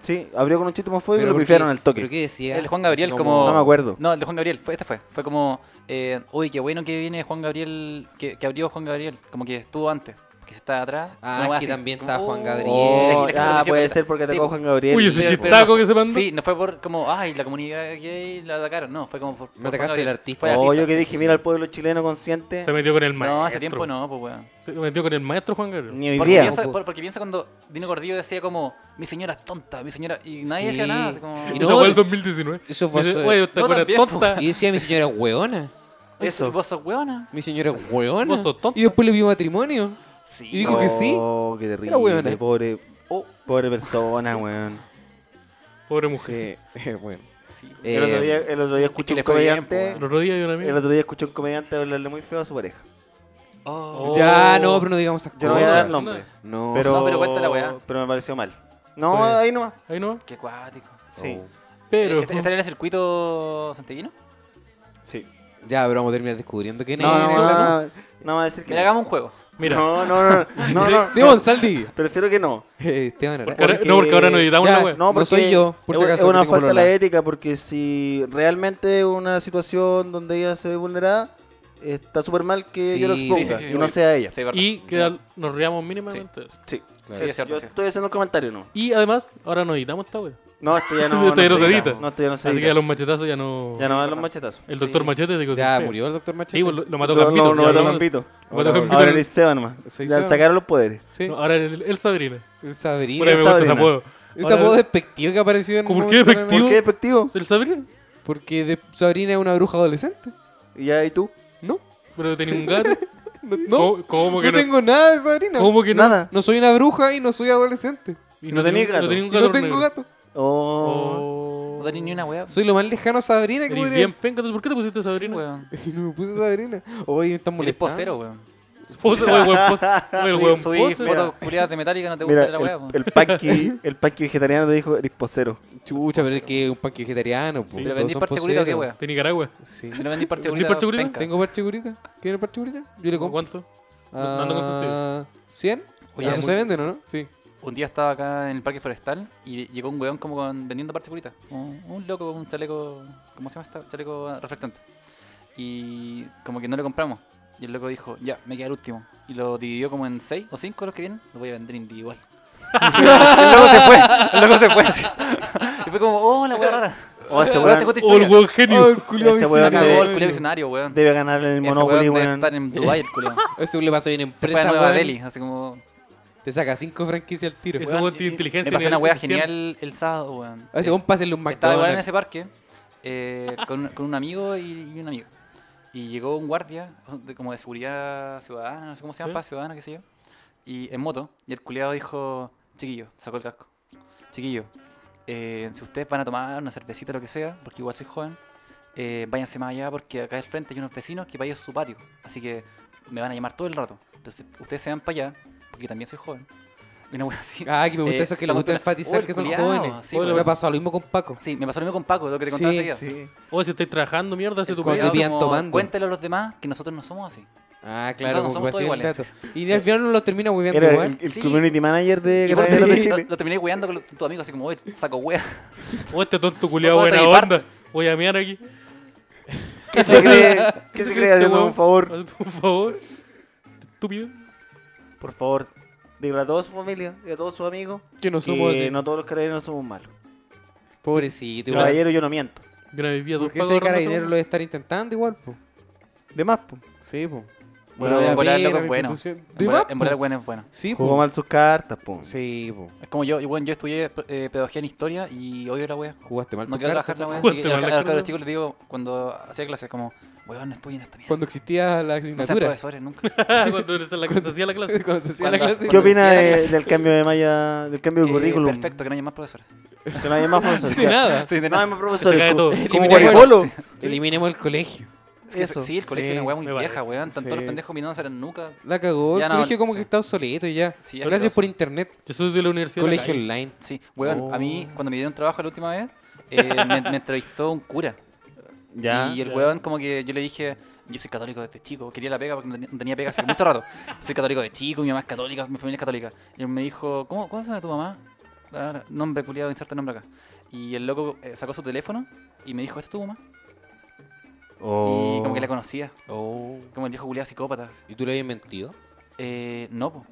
S4: sí, abrió con un chiste homofóbico y lo
S2: ¿por qué?
S4: pifiaron al toque.
S2: ¿Pero qué decía?
S5: El de Juan Gabriel
S2: Así
S5: como-
S4: No me acuerdo.
S5: No, el de Juan Gabriel, fue, este fue. Fue como, eh, uy, qué bueno que viene Juan Gabriel, que, que abrió Juan Gabriel, como que estuvo antes, que se está atrás.
S2: Ah,
S5: una
S2: es
S5: wea
S2: que
S5: así,
S2: también
S5: como,
S2: está Juan
S5: "Oh".
S2: Gabriel.
S4: Oh,
S5: La gente
S4: ah,
S5: se
S4: puede
S5: refiere-
S4: ser porque te
S5: Sí, pues,
S4: cojo Juan Gabriel.
S3: Uy, ese
S5: pero-
S3: chistaco que se mandó.
S5: Sí, no fue por como, ay, la comunidad gay la atacaron, no, fue como por... por Juan
S2: atacaste
S5: Gabriel.
S2: el artista.
S5: Fue
S4: Oh, yo que dije, mira al pueblo chileno consciente.
S3: Se metió con el maestro.
S5: No, hace tiempo no, pues weón.
S3: Se metió con el maestro Juan Gabriel.
S4: Ni hoy
S5: Porque
S4: día.
S5: piensa, por- porque piensa cuando Dino Gordillo decía como, mi señora es tonta, mi señora... Y nadie
S2: Sí.
S5: decía nada, así como...
S2: Y no-
S3: Y no, Eso fue el 2019.
S2: Eso fue
S3: Dice,
S2: hace-
S3: Oye, esta
S5: No,
S3: buena
S5: también, po.
S3: tonta.
S2: Y decía mi señora hueona.
S5: "Oye,
S4: eso.
S5: Vos sos weona.
S2: Mi señora hueona.
S3: Vos sos tonta.
S2: Y después le pidió matrimonio.
S5: Sí.
S2: ¿Y dijo que sí?
S4: Oh, qué terrible.
S2: Era hueona.
S4: Pobre,
S5: Oh,
S4: pobre persona, weón.
S3: Pobre mujer.
S2: Sí, bueno.
S5: sí.
S2: Eh,
S4: el, otro día, el otro día escuché
S5: le
S4: un
S5: fue bien,
S4: comediante.
S5: po,
S3: El otro día yo una
S4: el
S3: mía.
S4: otro día escuché un comediante hablarle muy feo a su pareja.
S5: Oh.
S2: Ya, no, pero no digamos esas
S4: Yo no voy a
S2: cosas.
S4: dar nombre.
S2: Oh. No.
S4: Pero,
S5: No, pero cuenta la weá.
S4: Pero me pareció mal. No,
S3: Pues-
S4: ahí
S2: Oh.
S4: nomás.
S3: Ahí no.
S5: Qué cuático.
S4: Sí,
S3: Pero.
S5: ¿Est- ¿Estará en el circuito santiaguino?
S4: sí.
S2: Ya, pero vamos a terminar descubriendo quién
S4: No,
S2: es.
S4: no, no, no, no, no va a decir que
S5: Le
S4: no.
S5: hagamos un juego.
S3: Mira.
S4: No, no, no, no, no,
S2: Simón Saldi.
S4: Prefiero que no.
S2: Eh, Esteban Araya.
S3: porque ahora- No, porque ahora no editamos
S2: Ya,
S3: la wea.
S2: No soy yo, por
S4: es,
S2: si acaso,
S4: es
S2: que
S4: una
S2: tengo
S4: falta a la
S2: polola.
S4: ética porque si realmente es una situación donde ella se ve vulnerada, está súper mal que
S2: Sí,
S4: yo lo
S2: sí,
S4: exponga
S5: sí, sí,
S4: y
S5: sí.
S4: no sea ella.
S5: Sí, verdad.
S3: Y que al- nos reamos mínimamente. de eso.
S4: Sí,
S2: Claro.
S5: Sí, es cierto,
S4: yo
S5: sí.
S4: estoy haciendo el comentario, no.
S3: Y además, ahora nos editamos esta wea.
S4: No, esto ya
S3: Esto
S4: no,
S3: ya
S4: no
S3: no se edita.
S4: No, esto ya no se
S3: Así que a
S4: edita.
S3: los machetazos ya no.
S4: Ya no van los machetazos.
S3: El doctor
S5: Sí.
S3: Machete se quedó
S2: Ya
S3: sin pega.
S2: murió el doctor Machete.
S3: Sí, pues, lo, lo mató
S4: No,
S3: Gambito.
S4: no, no,
S3: ya
S4: no,
S3: no-
S4: Gambito.
S3: lo mató
S2: Ahora
S3: Gambito.
S4: Ahora
S3: Ahora,
S4: el Seba nomás.
S2: Soy
S4: Le
S2: Seba.
S4: sacaron los poderes.
S2: Sí.
S3: no, ahora el, el Sabrina.
S2: El Sabrina.
S3: Por ahí me gusta ese
S4: Sabrina.
S3: apodo.
S2: Ese
S3: Ahora-
S2: apodo despectivo que apareció en
S3: ¿Por
S2: un
S3: qué
S2: momento en el-
S3: despectivo?
S4: ¿Por qué efectivo?
S3: ¿El Sabrina?
S2: Porque de- Sabrina es una bruja adolescente.
S4: ¿Y ahí tú?
S2: No.
S3: Pero tenía un gato.
S2: No, no,
S3: ¿Cómo, cómo
S2: no
S3: que no?
S2: tengo nada de Sabrina.
S3: ¿Cómo que no?
S4: Nada.
S2: No soy una bruja y no soy adolescente.
S3: Y
S4: No tenía gato.
S3: No tenía un
S2: Y
S3: gato.
S2: no tengo
S3: negro.
S2: gato.
S4: Oh.
S3: Oh.
S5: No tenía ni una wea.
S2: Soy lo más lejano a Sabrina que
S3: Eres
S2: podría.
S3: bien penca. ¿Entonces ¿Por qué te pusiste
S5: Sí,
S3: Sabrina?
S5: weón.
S2: Y no me puse Sabrina. Oye, me están
S5: Eres
S2: molestando.
S5: posero, weón.
S3: Pose, weón, weón, pose. Weón, weón,
S5: Subí, subí
S3: pose.
S5: fotos culiadas de Metallica, no te
S4: Mira,
S5: gusta la
S4: el,
S5: wea, weón.
S4: el panqui, el panqui vegetariano te dijo eres posero.
S2: Chucha, pero es que un panque vegetariano. po.
S5: Pero
S2: Todos
S5: vendí
S2: son
S5: parte culita, ¿qué
S2: poseros.
S5: wea?
S3: De Nicaragua.
S2: Sí.
S5: Si no vendí parte
S3: ¿Vendí
S5: culita,
S3: parte culita?
S5: penca.
S2: ¿Tengo parche curita? ¿Quieres parche curita? Yo le compro.
S3: ¿Cuánto?
S2: Ah,
S3: Ando con eso,
S2: 100.
S5: Oye,
S2: eso
S5: muy-
S2: se venden, ¿o no? Sí.
S5: Un día estaba acá en el parque forestal y llegó un weón como con- vendiendo parche curita. Un, un loco con un chaleco. ¿Cómo se llama esta? Chaleco reflectante. Y como que no lo compramos. Y el loco dijo, ya, me queda el último. Y lo dividió como en 6 o 5 los que vienen. Lo voy a vender individual. el loco se fue. El loco se fue. así. y fue como, oh, la wea rara.
S4: Oh, ese
S5: Ahora te
S4: weón
S5: cuento
S3: Oh, el
S5: historia.
S3: weón genio.
S2: el culiao
S4: Ese
S5: Se
S2: visionario.
S4: weón de-
S5: cagó el culiao visionario, weón.
S4: debe ganar el
S5: Ese
S4: Monopoly,
S5: weón debe
S4: weón.
S5: estar en Dubai el culiao.
S2: Ese le pasó bien
S5: Se fue a
S2: empresa,
S5: Nueva
S2: weón.
S5: Delhi, así como...
S2: Te saca cinco franquicias al tiro.
S3: Ese
S5: weón,
S3: weón tiene
S5: y-
S3: inteligencia
S5: Me pasó una
S3: nivel
S5: wea
S3: 100.
S5: genial el sábado, weón.
S2: A ese weón pásenle un
S5: Estaba igual en
S2: McDonald's.
S5: ese parque eh, con, con un amigo y, y un amigo. Y llegó un guardia, de- como de seguridad ciudadana, no sé cómo se llama,
S3: Sí.
S5: paz ciudadana, qué sé yo, y en moto. Y el culiado dijo, chiquillo, sacó el casco, chiquillo, eh, si ustedes van a tomar una cervecita o lo que sea, porque igual soy joven, eh, váyanse más allá porque acá al frente hay unos vecinos que para ellos es su patio. Así que me van a llamar todo el rato. Entonces ustedes se van para allá, porque también soy joven. Y Una wea así.
S2: Ah, que me gusta
S5: Eh,
S2: eso que
S5: la
S2: le gusta
S5: cultura- Oh,
S2: enfatizar
S5: el
S2: que son
S5: culiao,
S2: jóvenes.
S5: sí,
S2: Oye, me
S3: pues.
S2: ha pasado lo mismo con Paco.
S5: Sí, me pasó lo mismo con Paco, lo que te contaba ese
S2: Sí,
S5: día.
S2: sí.
S3: Oh, si estáis trabajando, mierda, hace
S2: El
S3: tu
S2: cuando
S3: pega.
S5: Cuidado,
S2: pillan
S5: como,
S2: tomando.
S5: Cuéntale a los demás que nosotros no somos así.
S2: Ah,
S5: Nosotros
S2: claro,
S5: no
S2: como
S5: somos
S2: que
S5: todos
S2: pasé el
S5: iguales.
S2: dato. Y al final no los termina muy bien.
S4: Era el, el
S5: Sí.
S4: community manager de
S5: Y por
S4: Carabineros
S5: eso
S4: de
S5: lo,
S4: Chile.
S5: lo terminé weando con, lo- tu amigo, así como, oye, saco wea.
S3: Oh, este tonto culiado,
S5: Vamos a
S3: buena
S5: tapar.
S3: onda. Voy a mear aquí.
S4: ¿Qué se cree? ¿Qué se cree haciendo
S3: Este
S4: un favor?
S3: weón, hazte un favor. Estúpido.
S4: Por favor, dígale a toda su familia y a todos sus amigos
S2: Que no somos
S4: que
S2: así.
S4: no todos los carabineros somos malos.
S2: Pobrecito. Igual.
S4: Caballero, yo no miento.
S3: Yo una vez vi a dos
S2: Porque
S3: pagos
S2: ese
S3: ahorrando
S2: carabinero lo
S3: esa
S2: debe estar intentando igual, po.
S4: De más, po.
S2: Sí, po.
S5: Bueno,
S2: Vale la
S5: en volar el
S2: pena,
S5: loco
S2: la
S5: es bueno.
S2: institución.
S5: En
S2: ¿De
S5: volar-
S2: más,
S5: En
S2: po?
S5: volar el bueno es bueno.
S2: Sí,
S4: Jugó
S2: po.
S4: mal sus cartas, po.
S2: Sí, po.
S5: Es como yo, y bueno, yo estudié eh, pedagogía en historia y odio la wea.
S2: Jugaste mal.
S5: No
S2: con
S5: quiero
S2: cartas.
S5: trabajar la wea.
S3: Jugaste
S5: Y
S3: mal la
S5: a los- a los
S3: carta.
S5: cabros chicos les digo, cuando hacía clases, como, weón, no estudien esta mierda.
S2: Cuando existía la
S5: No sean
S2: asignatura.
S5: profesores nunca.
S3: weá. Cuando se, la, se hacía la clase.
S2: Cuando se hacía la
S5: Cuando-
S2: clase.
S4: ¿Qué opina
S5: Sí, la
S4: de-
S5: clase.
S4: del cambio de malla, del cambio de
S5: Eh,
S4: currículum?
S5: Perfecto, que no haya más profesores.
S4: Que no haya más profesores.
S2: De
S4: ya.
S2: nada.
S5: Sí, de
S4: No hay
S5: nada.
S4: más
S3: Se cae
S4: profesores.
S3: todo.
S4: co- Como
S2: Eliminemos-
S4: Guaripolo.
S2: Eliminemos el colegio.
S5: Es que
S4: Eso.
S5: Sí, el colegio
S2: Sí,
S5: es una wea muy
S3: me
S5: vieja,
S3: parece.
S5: weón. Están todos
S2: Sí.
S5: los pendejos mirándose las nucas.
S2: La cagó.
S5: Ya
S2: El
S5: no,
S2: colegio como
S5: sí.
S2: que está obsoleto ya.
S5: Sí, ya
S2: Gracias
S5: creo,
S2: por
S5: sí.
S2: internet.
S3: Yo soy de la universidad. de la
S2: Colegio
S3: calle.
S2: online.
S5: Sí, weón, a mí cuando me dieron trabajo la última vez, eh, me, me entrevistó un cura.
S4: Ya.
S5: Y el
S3: ya.
S5: weón como que yo le dije, yo soy católico desde chico, quería la pega porque no tenía- no tenía pega hace mucho rato. Soy católico de chico, mi mamá es católica, mi familia es católica. Y él me dijo, ¿cómo, ¿cómo se llama tu mamá? Ah, nombre culiado, inserta el nombre acá. Y el loco eh, sacó su teléfono y me dijo, ¿esta es tu mamá? Y como que la conocía,
S2: Oh.
S5: como el viejo culiado psicópata.
S2: ¿Y tú le habías mentido?
S5: Eh, no, po.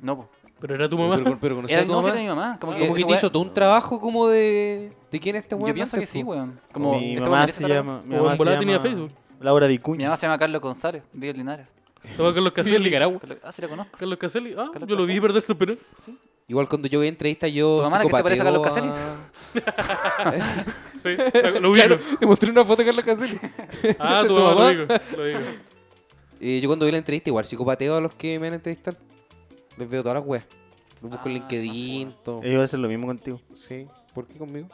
S5: No, po.
S3: Pero era tu
S2: Pero,
S3: mamá.
S2: con- pero conocía
S5: Era
S2: a tu
S5: no, sí,
S2: mamá. Ah,
S5: era mi mamá. Como
S2: Como
S5: que,
S2: que
S5: ese
S2: te
S5: weón-
S2: hizo todo un trabajo como de... ¿De quién es este weón?
S5: Yo pienso que
S2: antes,
S5: sí,
S2: po?
S5: weón. Como
S4: mi
S5: este
S4: mamá
S5: weón
S4: se
S5: merece
S4: llama. Mi
S3: O
S4: mamá
S3: en
S4: se
S3: volada tenía
S4: llama
S3: Facebook.
S4: Laura
S5: Mi
S4: Vicuña.
S5: mamá se llama Carlos González, de Linares.
S3: Estaba Carlos Caselli. Nicaragua.
S5: Carlos- Ah, sí la conozco.
S3: Carlos Caselli. Ah,
S5: Carlos
S3: yo lo vi
S5: Caselli.
S3: perder su penal.
S2: Igual cuando yo voy a entrevista yo
S5: ¿Tu mamá la que se parece a
S2: psicopateo
S5: Carlos
S3: Sí, lo vi.
S2: Claro, te mostré una foto de Carlos Caselli.
S3: Ah,
S2: ¿Tu
S3: tu mamá,
S2: mamá?
S3: lo digo. Lo digo.
S2: Eh, yo cuando doy la entrevista igual psicopateo a los que me van a entrevistar. Les veo todas las weas. Los busco en
S5: Ah,
S2: LinkedIn, todo.
S4: Ellos hacen lo mismo contigo.
S2: Sí. ¿Por qué conmigo?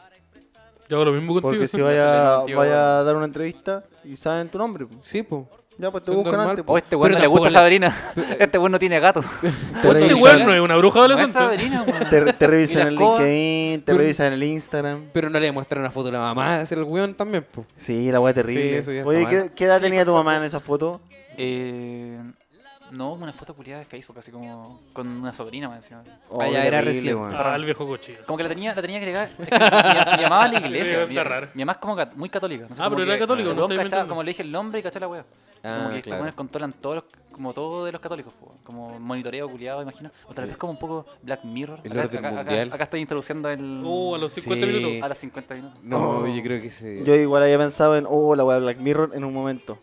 S3: Yo hago lo mismo contigo.
S4: Porque si vaya,
S5: contigo.
S4: vaya a dar una entrevista y saben tu nombre, po.
S2: Sí, po.
S4: ya pues te
S2: Son
S4: buscan
S2: normal,
S4: antes.
S2: po.
S4: po.
S5: Oh, este weón
S2: Pero
S5: no le gusta
S2: tampoco
S5: Sabrina. Este weón no tiene gato.
S4: Te
S3: Este
S4: revisan,
S3: weón no es una bruja
S5: No es
S3: adolescente.
S5: Sabrina,
S4: pues. te,
S5: weón.
S4: te revisan
S5: Y la
S4: el
S5: escoba.
S4: LinkedIn, te
S2: Pero-
S4: revisan el Instagram.
S2: Pero no le muestran una foto a la mamá de hacer el weón también, po.
S4: Sí, la weá terrible.
S2: Sí, eso ya está
S4: Oye,
S2: mal.
S4: ¿qué, qué edad tenía tu mamá en esa foto?
S5: Eh, no, una foto culiada de Facebook, así como con una sobrina, me decía.
S4: Oh,
S2: Ah, ya,
S4: qué
S2: era
S4: terrible,
S2: reciente.
S4: weón.
S3: Ah, el viejo cochino.
S5: Como que la tenía, la tenía agregada. es que Mi, mi- mi mamá a la
S3: Está
S5: iglesia. mi,
S3: raro.
S5: mi mamá es como cat- muy católica. no sé,
S3: Ah,
S5: como
S3: pero era
S5: que
S3: católico,
S5: el
S3: no
S5: weón
S3: estoy
S5: cachaba-
S3: inventando.
S5: Como le dije el nombre y cachó la wea.
S2: Ah,
S5: como que estos
S2: claro.
S5: weones controlan todos los, como todo de los católicos, po, como monitoreo culiado, imagino. O tal vez como un poco Black Mirror.
S2: El
S5: Acá,
S2: orden
S5: acá- acá-
S2: mundial.
S5: acá estoy introduciendo el.
S3: Oh, a los
S2: Sí.
S3: 50 minutos.
S5: a las 50 minutos.
S2: No,
S4: Oh.
S2: yo creo que se...
S4: Yo igual había pensado en, oh, la weá de Black Mirror en un momento.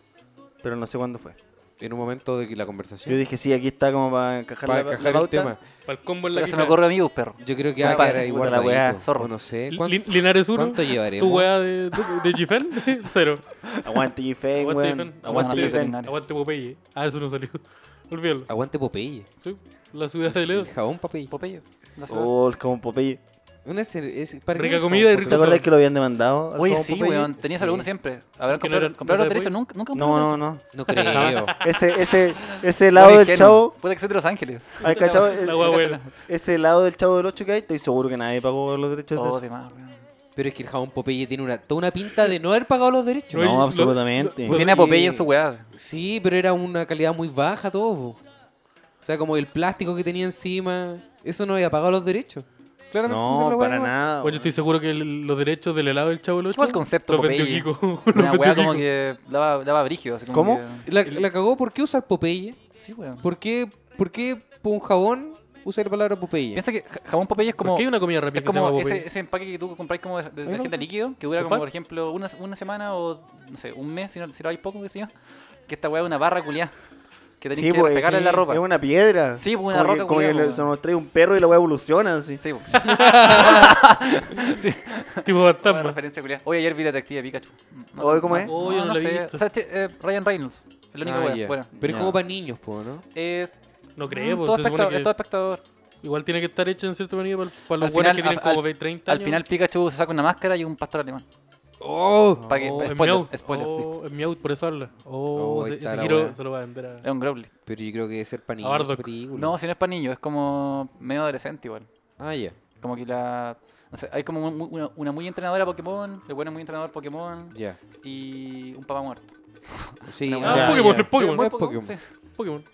S4: Pero no sé cuándo fue.
S2: En un momento de que la
S4: Yo
S2: conversación...
S4: dije, sí, aquí está como para encajar
S2: Para
S4: la, la
S2: encajar el
S4: pauta.
S2: tema.
S3: Para el combo en la
S5: Pero se me
S3: quijada.
S5: ocurre a mí, pues, perro.
S2: Yo creo que
S5: Puta
S2: va a
S5: la-
S2: quedar ahí
S4: puta la
S2: guardadito.
S4: weá,
S5: zorro.
S2: O no sé.
S3: Li-
S2: ¿cuán-
S3: Linares 1.
S2: ¿Cuánto llevaremos?
S3: Tu weá de, de, de Gifen, cero.
S4: Aguante G-Fame,
S3: Aguante
S4: weón.
S3: G-Fame.
S4: Aguante
S5: Aguante
S4: G-Fame.
S5: Linares.
S3: Aguante Popeye. Ah, eso no salió. Olvídalo.
S2: Aguante Popeye.
S3: Sí, La ciudad de
S2: El
S3: Leo.
S2: jabón Popeye.
S5: Popeye. la ciudad.
S4: Oh, el como Popeye.
S2: Una es, es para
S3: Rica comida y
S4: ¿Te
S3: rico-
S4: acuerdas que lo habían demandado? al
S5: Oye,
S4: como
S5: sí,
S4: Popeye?
S5: weón. Tenía esa pregunta siempre. Habrán
S3: Que no
S5: comprado
S3: era-
S5: comprar
S3: no
S5: los
S3: era de
S5: derechos. Nunca, nunca
S4: No, no, no.
S2: No creo.
S4: Ese, ese, ese lado del chavo.
S5: Puede que sea de Los Ángeles.
S4: ¿Has cachado? El-
S3: La weá buena.
S4: Ese lado del chavo del 8 que hay, estoy seguro que nadie pagó los derechos
S5: Oh,
S4: de
S5: de más, weón.
S2: Pero es que el jabón Popeye tiene una, toda una pinta de no haber pagado los derechos.
S4: No,
S3: Oye, lo-
S4: absolutamente.
S3: lo-
S5: Tiene a Popeye en su weá.
S2: Sí, pero era una calidad muy baja todo. po. O sea, como el plástico que tenía encima, eso no había pagado los derechos.
S4: eso.
S2: Claramente pusieron la
S4: No,
S2: hueá
S4: para
S2: nueva.
S4: nada.
S3: Bueno, yo estoy seguro que el- los derechos del helado del chavo del Ocho
S5: Igual concepto,
S3: Lo vendió
S5: Popeye.
S3: Kiko. Lo
S5: Una
S3: vendió
S5: weá como
S3: Kiko.
S5: que daba, daba brígido. Así como
S4: ¿Cómo?
S5: que-
S2: La, la cagó, ¿por qué usar Popeye?
S5: Sí, weón.
S2: ¿Por qué, por qué por un jabón usa la palabra Popeye?
S5: Piensa que ja- jabón Popeye es
S3: ¿Por
S5: como.
S3: qué hay una comida rápida
S5: Es
S3: que se
S5: como
S3: llama
S5: ese,
S3: Popeye?
S5: ese empaque que tú compráis como de, de
S2: no.
S5: detergente líquido, que dura
S3: ¿El
S5: como,
S3: pan?
S5: por ejemplo, una, una semana o, no sé, un mes, si no, si no hay poco, qué sé yo. Que esta weá es una barra culiá. Que tenéis
S4: Sí,
S5: que
S4: pues,
S5: pegarle
S4: sí,
S5: la ropa.
S4: Es una piedra.
S5: Sí, pues,
S4: Como
S5: una
S4: que-
S5: roca
S4: Como que
S5: culiao,
S4: le-
S5: weón.
S4: se nos trae un perro y la weá evoluciona así.
S5: Sí, po.
S3: Tipo pues.
S5: Una
S3: fantasma.
S5: referencia culiá. Hoy ayer vi Mm, Detective Pikachu.
S4: Oye, ¿cómo es?
S3: Oye, no la he
S5: sé.
S3: visto.
S5: O sea, este, eh, Ryan Reynolds. El único
S2: Ah,
S5: weá.
S2: ya.
S5: Bueno.
S2: Pero es
S4: Ya.
S2: como para niños, po, ¿no?
S5: Eh,
S3: No creo,
S5: mm,
S3: pues,
S5: todo,
S3: se
S5: espectador,
S3: supone que
S5: todo espectador.
S3: Igual tiene que estar hecho en cierta manera para, para
S5: Al
S3: los buenos
S5: final,
S3: que tienen
S5: al-
S3: como
S5: al-
S3: 20, 30
S5: Al
S3: años.
S2: eh,
S5: final Pikachu se saca una máscara y un pastor alemán.
S2: ¡Oh!
S5: Pa' que-
S3: Oh, es
S5: spoiler,
S3: Meow.
S5: spoiler,
S3: Oh,
S5: listo.
S3: es Meow, por eso habla. Oh,
S2: Oh, ahí
S3: ese-
S2: está
S3: ese
S2: la
S3: giro
S2: weá.
S3: se lo va a vender a...
S5: Es un growly.
S2: Pero yo creo que debe ser para niños
S3: Bardock.
S2: esa película.
S5: No, si no es para niños, es como medio adolescente igual.
S2: Ah, ya.
S5: Como que la. no sé, hay como un- una, una muy entrenadora Pokémon, el bueno es muy entrenador Pokémon
S2: Ya.
S5: y un papá muerto.
S2: Sí,
S5: Ah,
S2: ya,
S3: Pokémon,
S2: ya.
S3: es Pokémon.
S2: Sí, es Pokémon.
S5: sí.
S3: Pokémon.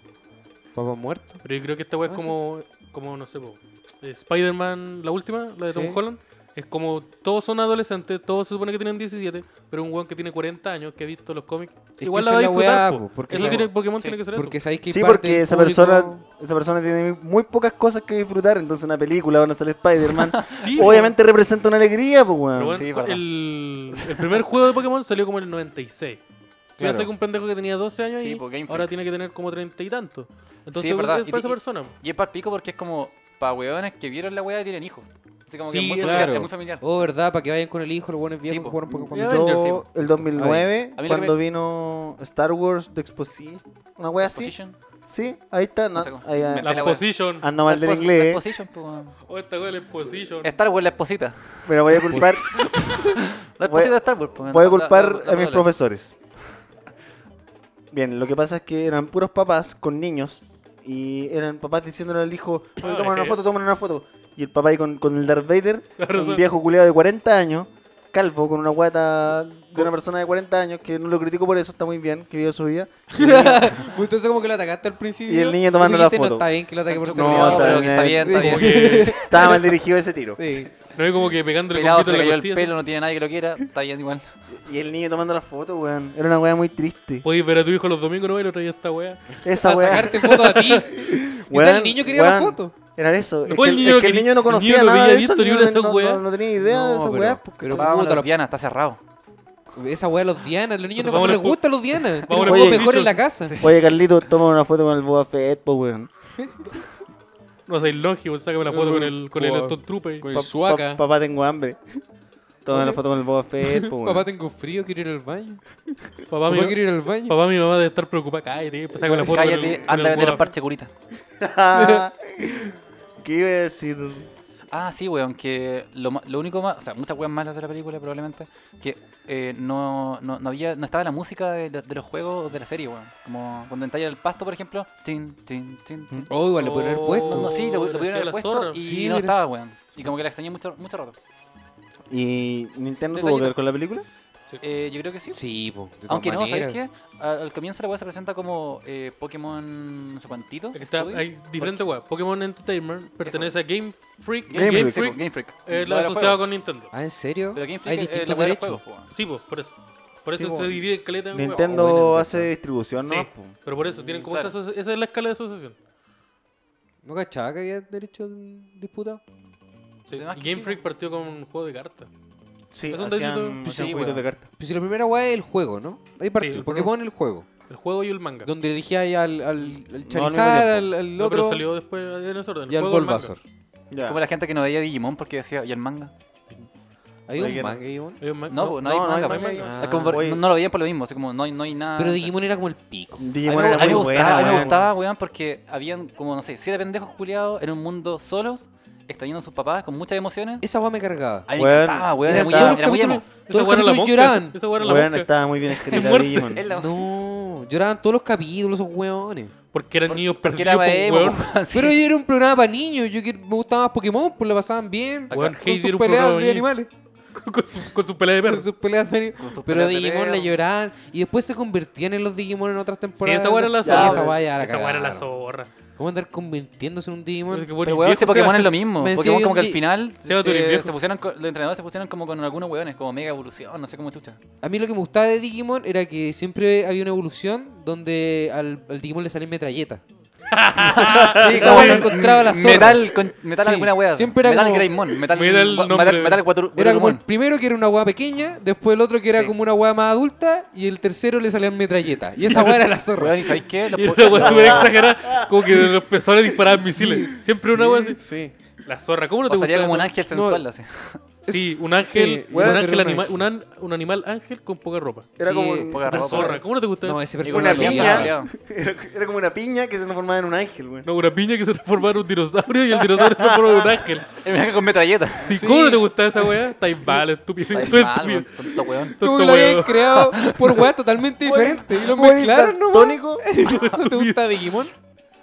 S2: Papá muerto.
S3: Pero yo creo que esta weá es
S2: Ah,
S3: como, como, no sé, po, eh, Spider-Man, la última, la de
S2: Sí.
S3: Tom Holland. Es como todos son adolescentes, todos se supone que tienen 17, pero un weón que tiene 40 años, que ha visto los cómics,
S2: que
S3: igual la
S2: esa
S3: va a
S2: es la weá,
S3: disfrutar. po.
S2: po, porque
S3: Eso
S2: esa-
S3: tiene, Pokémon
S5: sí,
S3: tiene que ser
S2: Porque
S3: eso.
S2: sabéis que hay
S4: Sí,
S2: parte
S4: porque
S2: del
S4: esa
S2: público-
S4: persona esa persona tiene muy pocas cosas que disfrutar. Entonces, una película donde sale Spider-Man,
S3: Sí,
S4: obviamente representa una alegría, pues,
S3: Pero
S4: weón.
S3: bueno,
S5: Sí,
S3: cu-
S5: verdad.
S3: el, el primer juego de Pokémon salió como en el 96.
S2: Claro.
S3: Piensa que un pendejo que tenía 12 años
S5: Sí,
S3: y
S5: po, Game
S3: ahora
S5: Freak.
S3: tiene que tener como 30 y tanto. Entonces,
S5: es verdad.
S3: es para
S5: Y-
S3: esa
S5: y-
S3: persona. po.
S5: Y es para pico porque es como para weones que vieron la weá y tienen hijos. Así como que
S3: Sí,
S5: es muy,
S3: eso.
S5: familiar,
S2: Claro.
S5: es muy familiar.
S2: Oh, verdad, para que vayan con el hijo, los buenos viejos
S5: po.
S2: que jugaron Pokémon
S3: Ya,
S2: cuando-
S3: Avengers, sí,
S4: Yo, el 2009,
S5: A mí lo que
S4: cuando
S5: me-
S4: vino Star Wars The Exposition, una wea así.
S5: Position.
S4: Sí, ahí está.
S5: No
S4: No,
S5: sé cómo.
S4: ahí, ah,
S5: Me-
S3: La
S5: la weá.
S3: position.
S4: ando mal
S5: La
S4: del
S5: espos- la
S4: inglés. eh.
S5: Exposition, po, weón.
S3: Oh, esta weá, la position.
S5: Star Wars, la esposita.
S4: Pero voy a culpar,
S5: La
S4: Voy a-
S5: esposita de Star Wars. po, weón.
S4: voy a
S5: La- la-
S4: culpar
S5: la- la-
S4: a mis
S5: la-
S4: profesores. Bien, lo que pasa es que eran puros papás con niños y eran papás diciéndole al hijo, "Oye, toman una foto, toman una foto. Y el papá ahí con, con el Darth Vader,
S3: Claro,
S4: un
S3: son-
S4: viejo culeado de 40 años, calvo, con una guata de una persona de 40 años, que no lo critico por eso, está muy bien, que vive su vida.
S2: Justo eso como que lo atacaste al principio.
S4: Y el niño tomando la
S2: dijiste,
S4: foto.
S2: No está bien que lo ataque por
S5: No,
S2: ser
S5: No,
S2: culiao,
S5: pero
S4: está
S5: que está bien,
S4: bien.
S5: está
S3: Como
S5: bien.
S3: que-
S4: Estaba mal dirigido ese tiro.
S2: Sí.
S3: No es como que pegándole
S5: Pelado,
S3: poquito
S5: se
S3: en
S5: le
S3: la
S5: cayó el
S3: costilla,
S5: pelo, no tiene nadie que lo quiera. Está bien igual.
S4: Y el niño tomando la foto, weón. Era una weá muy triste.
S3: Podéis ver a tu hijo los domingos, no, y lo traía esta weá.
S4: Esa
S2: a
S4: weá.
S2: sacarte foto a ti. Quizás el
S4: weón,
S2: niño quería la
S4: weón,
S2: foto.
S4: Era eso. Es
S3: Pues
S4: que,
S3: el
S4: el,
S3: niño
S4: es que el
S3: que-
S4: niño no
S3: el niño
S4: conocía
S3: no
S4: nada
S3: había
S4: de eso.
S3: visto
S4: el
S3: ni
S4: niño
S3: una de
S4: no,
S3: esas
S4: no-
S3: weas.
S4: no tenía idea de
S2: No,
S4: esas
S2: pero-
S4: weas. pues,
S2: pero
S4: ¿cachai?
S5: Vamos a
S2: puta,
S5: los
S2: la-
S5: Diana, está cerrado.
S2: Esa weá los Dianas. Los niños no
S3: Vamos a
S2: les
S3: los-
S2: gustan los Dianas.
S3: Vamos a
S2: Tienen
S3: los
S2: juegos
S3: Pop
S2: mejor
S3: Fiction.
S2: en la casa.
S4: Oye, Carlito, toma una foto con el Boba Fett, po, weón.
S3: No sé, lógico, sácame la foto con el, con el
S2: Con-
S3: Aston Trooper.
S2: Con
S4: Pa-
S2: el
S4: pa-
S2: suaca.
S4: papá, tengo hambre. Toma una foto con el Boba Fett, po,
S2: Papá,
S4: weón.
S2: tengo frío, quiero ir al baño. Papá,
S3: Papá, mi,
S2: quiero ir al baño.
S3: papá, mi mamá debe estar preocupada. Cállate, pues, sácame la foto con el-
S5: Cállate,
S3: con el
S5: anda a vender
S3: Boba.
S5: el parche curita.
S4: Ah, ¿Qué iba a decir?
S5: Ah, sí, weón, que lo, ma- lo único más, o sea, muchas weas malas de la película probablemente, que eh, no, no, no había, no estaba la música de, de- de los juegos o de la serie, weón. Como cuando entalla el pasto, por ejemplo, tin, tin, tin, tin.
S2: Oh, igual le pudieron haber puesto.
S5: No, no, sí, lo,
S3: Mm. Oh,
S5: lo
S3: la
S5: pudieron haber
S3: la
S5: puesto
S3: zorra.
S5: y
S2: Sí,
S5: no
S2: mira
S5: estaba,
S2: eso.
S5: weón. Y como que la extrañé mucho, mucho rato.
S4: ¿Y Nintendo
S5: Detallito.
S4: tuvo que ver con la película?
S5: Eh, yo creo que sí.
S2: Sí, po. de todas
S5: Aunque no,
S2: maneras.
S5: ¿sabes qué? Al, al comienzo la wea se presenta como eh, Pokémon, no sé cuántito.
S3: Aquí está,
S5: Studio.
S3: hay diferentes weas. Pokémon Entertainment pertenece a Game Freak.
S4: Game
S3: Game,
S4: Freak.
S5: Sí, po,
S3: Freak,
S5: Game Freak.
S3: eh,
S5: Lo
S3: la
S5: de los
S3: asociado
S5: juegos.
S3: con Nintendo.
S2: Ah, ¿en serio?
S5: Pero Game Freak
S2: Hay
S5: es- es
S2: distintos
S5: la wea de los
S2: derechos.
S5: juegos, po, weón.
S3: Sí, pues, por eso. Por eso
S4: Sí, po.
S3: se divide el caleta de weas.
S4: Nintendo
S2: buena empresa.
S4: hace distribución, ¿no? Pues,
S3: Sí, pero por eso tienen como
S5: Claro.
S3: esa, asoci- esa es la escala de asociación.
S2: ¿No cachaba que había derechos disputados?
S3: Sí,
S5: Además
S3: y
S5: que
S3: Game
S5: sí,
S3: Freak partió con un juego de cartas.
S4: Sí,
S3: Es un
S4: hacían,
S3: detallito.
S4: hacían
S5: Pues sí,
S4: jueguitos
S5: weón.
S4: de cartas.
S2: Pues si la primera weá es el juego, ¿no? Ahí partió.
S3: el
S2: Pokémon el juego.
S3: El juego y el manga.
S2: Donde elegíais al, al, al
S4: tiempo.
S2: Charizard, al, al
S3: No, pero
S2: otro
S3: salió después eh, en ese orden. el
S2: y al
S3: juego, el manga.
S2: Bulbasaur.
S4: Ya.
S5: Como la gente que no veía Digimon porque decía, ¿y el manga?
S2: ¿Hay
S4: Oye,
S2: un
S4: que no.
S2: manga Digimon?
S3: Hay un man-
S5: No, po, no, hay
S4: no, no hay manga,
S5: manga. po.
S4: hay
S2: manga.
S5: Es como por-
S4: Oye.
S5: no, no lo veían por lo mismo, así como no, hay- no hay nada.
S2: Pero Digimon era como el pico.
S5: A mí,
S4: Digimon
S5: me-
S4: era
S5: a mí
S4: muy
S5: me gustaba,
S4: buena,
S5: a mí me
S4: weón.
S5: gustaba, weón, porque habían como, no sé, siete pendejos culiados en un mundo solos, extrañando a sus papás con muchas emociones.
S2: Esa weá me cargaba.
S5: A mí
S4: Weón,
S5: me encantaba, weón,
S2: Era
S5: era muy,
S2: todos los
S5: era muy emo.
S2: capítulos- todos los
S3: weá era
S2: capítulos lloraban.
S3: Esa weá era la
S4: Weón,
S3: mosca.
S4: estaba muy bien escrita
S3: muerte.
S4: Digimon.
S5: Es la-
S2: No, lloraban todos los capítulos esos weones.
S3: Porque eran niños
S5: Porque
S3: perdidos,
S5: era
S3: po,
S5: emo,
S3: weón.
S5: weón, sí.
S2: Pero era un programa para niños. Yo que me gustaba más Pokémon, pues la pasaban bien.
S5: Acá.
S3: Weón,
S2: Con
S3: Heidi era
S2: sus
S3: un programa
S2: peleas
S3: ahí,
S2: de animales.
S3: Con su, con su pelea de
S2: Con
S3: perros.
S2: sus peleas de animales.
S5: Con
S2: Pero
S5: sus peleas de
S2: Digimon la
S5: perro.
S2: lloraban y después se convertían en los Digimon en otras
S3: Sí,
S2: temporadas.
S3: esa weá era la
S2: Ya,
S3: zorra.
S2: Esa weá ya la
S3: Esa weá era la
S2: cagaron.
S3: zorra.
S2: ¿Cómo andar convirtiéndose en un Digimon?
S3: Porque,
S5: Pero
S3: y
S5: weón,
S3: viejo,
S5: ese Pokémon
S3: Seba.
S5: es lo mismo.
S2: Me
S5: Pokémon
S2: decía
S5: como que
S2: un
S5: al
S2: di-
S5: final
S3: Seba, tú eres
S5: eh,
S3: viejo.
S5: se pusieron con- los entrenadores se pusieron como con algunos weones, como mega evolución, no sé cómo chucha.
S2: A mí lo que me gustaba de Digimon era que siempre había una evolución donde al, al Digimon le salían metralletas.
S5: Sí,
S2: esa weá la encontraba la zorra.
S5: Metal, con, metal
S2: Sí,
S5: alguna wea.
S2: siempre era
S5: metal
S2: como-
S5: Greymon, metal,
S3: Metal
S5: gua-
S3: nombre.
S5: metal, metal Guatru-
S2: Era como el
S5: Guatrumon.
S2: primero que era una weá pequeña, después el otro que era
S5: Sí.
S2: como una weá más adulta y el tercero le salían metralletas. Y esa weá era la zorra.
S5: Weón, ¿y sabéis qué? Los
S3: Y
S5: po-
S3: una weá súper exagerada. Como que de los pezones disparaban misiles. Siempre una weá así.
S2: Sí.
S3: La zorra. ¿Cómo no te
S5: o
S3: gustaría
S5: salía como un ángel sensual, así.
S3: Sí, un ángel,
S2: weón,
S3: un,
S2: pero
S3: ángel
S2: un
S3: anima-
S2: ángel.
S3: un an- un animal ángel con poca ropa.
S4: Era
S2: Sí,
S4: como
S2: esa
S4: un-
S5: poca
S2: persona-
S5: ropa.
S3: Zorra, ¿cómo no te gusta?
S2: No,
S3: No,
S2: ese
S4: Una
S2: personaje.
S5: Una
S4: piña.
S5: piña.
S4: Era era como una piña que se transformaba en un ángel, weón.
S3: una piña que se transformara en un dinosaurio y el dinosaurio se transforma en un ángel.
S5: El ángel con metralleta.
S3: Sí, ¿Cómo no te gusta esa weá? Está mal, estúpido.
S5: Está
S3: Tú estúpido.
S5: mal, weón, tonto weón.
S2: Como que
S3: Tonto
S2: lo habían
S3: weón.
S2: creado por weá totalmente diferente. Y lo mezclaron, ¿no?
S4: Tónico.
S2: ¿No te gusta Digimon?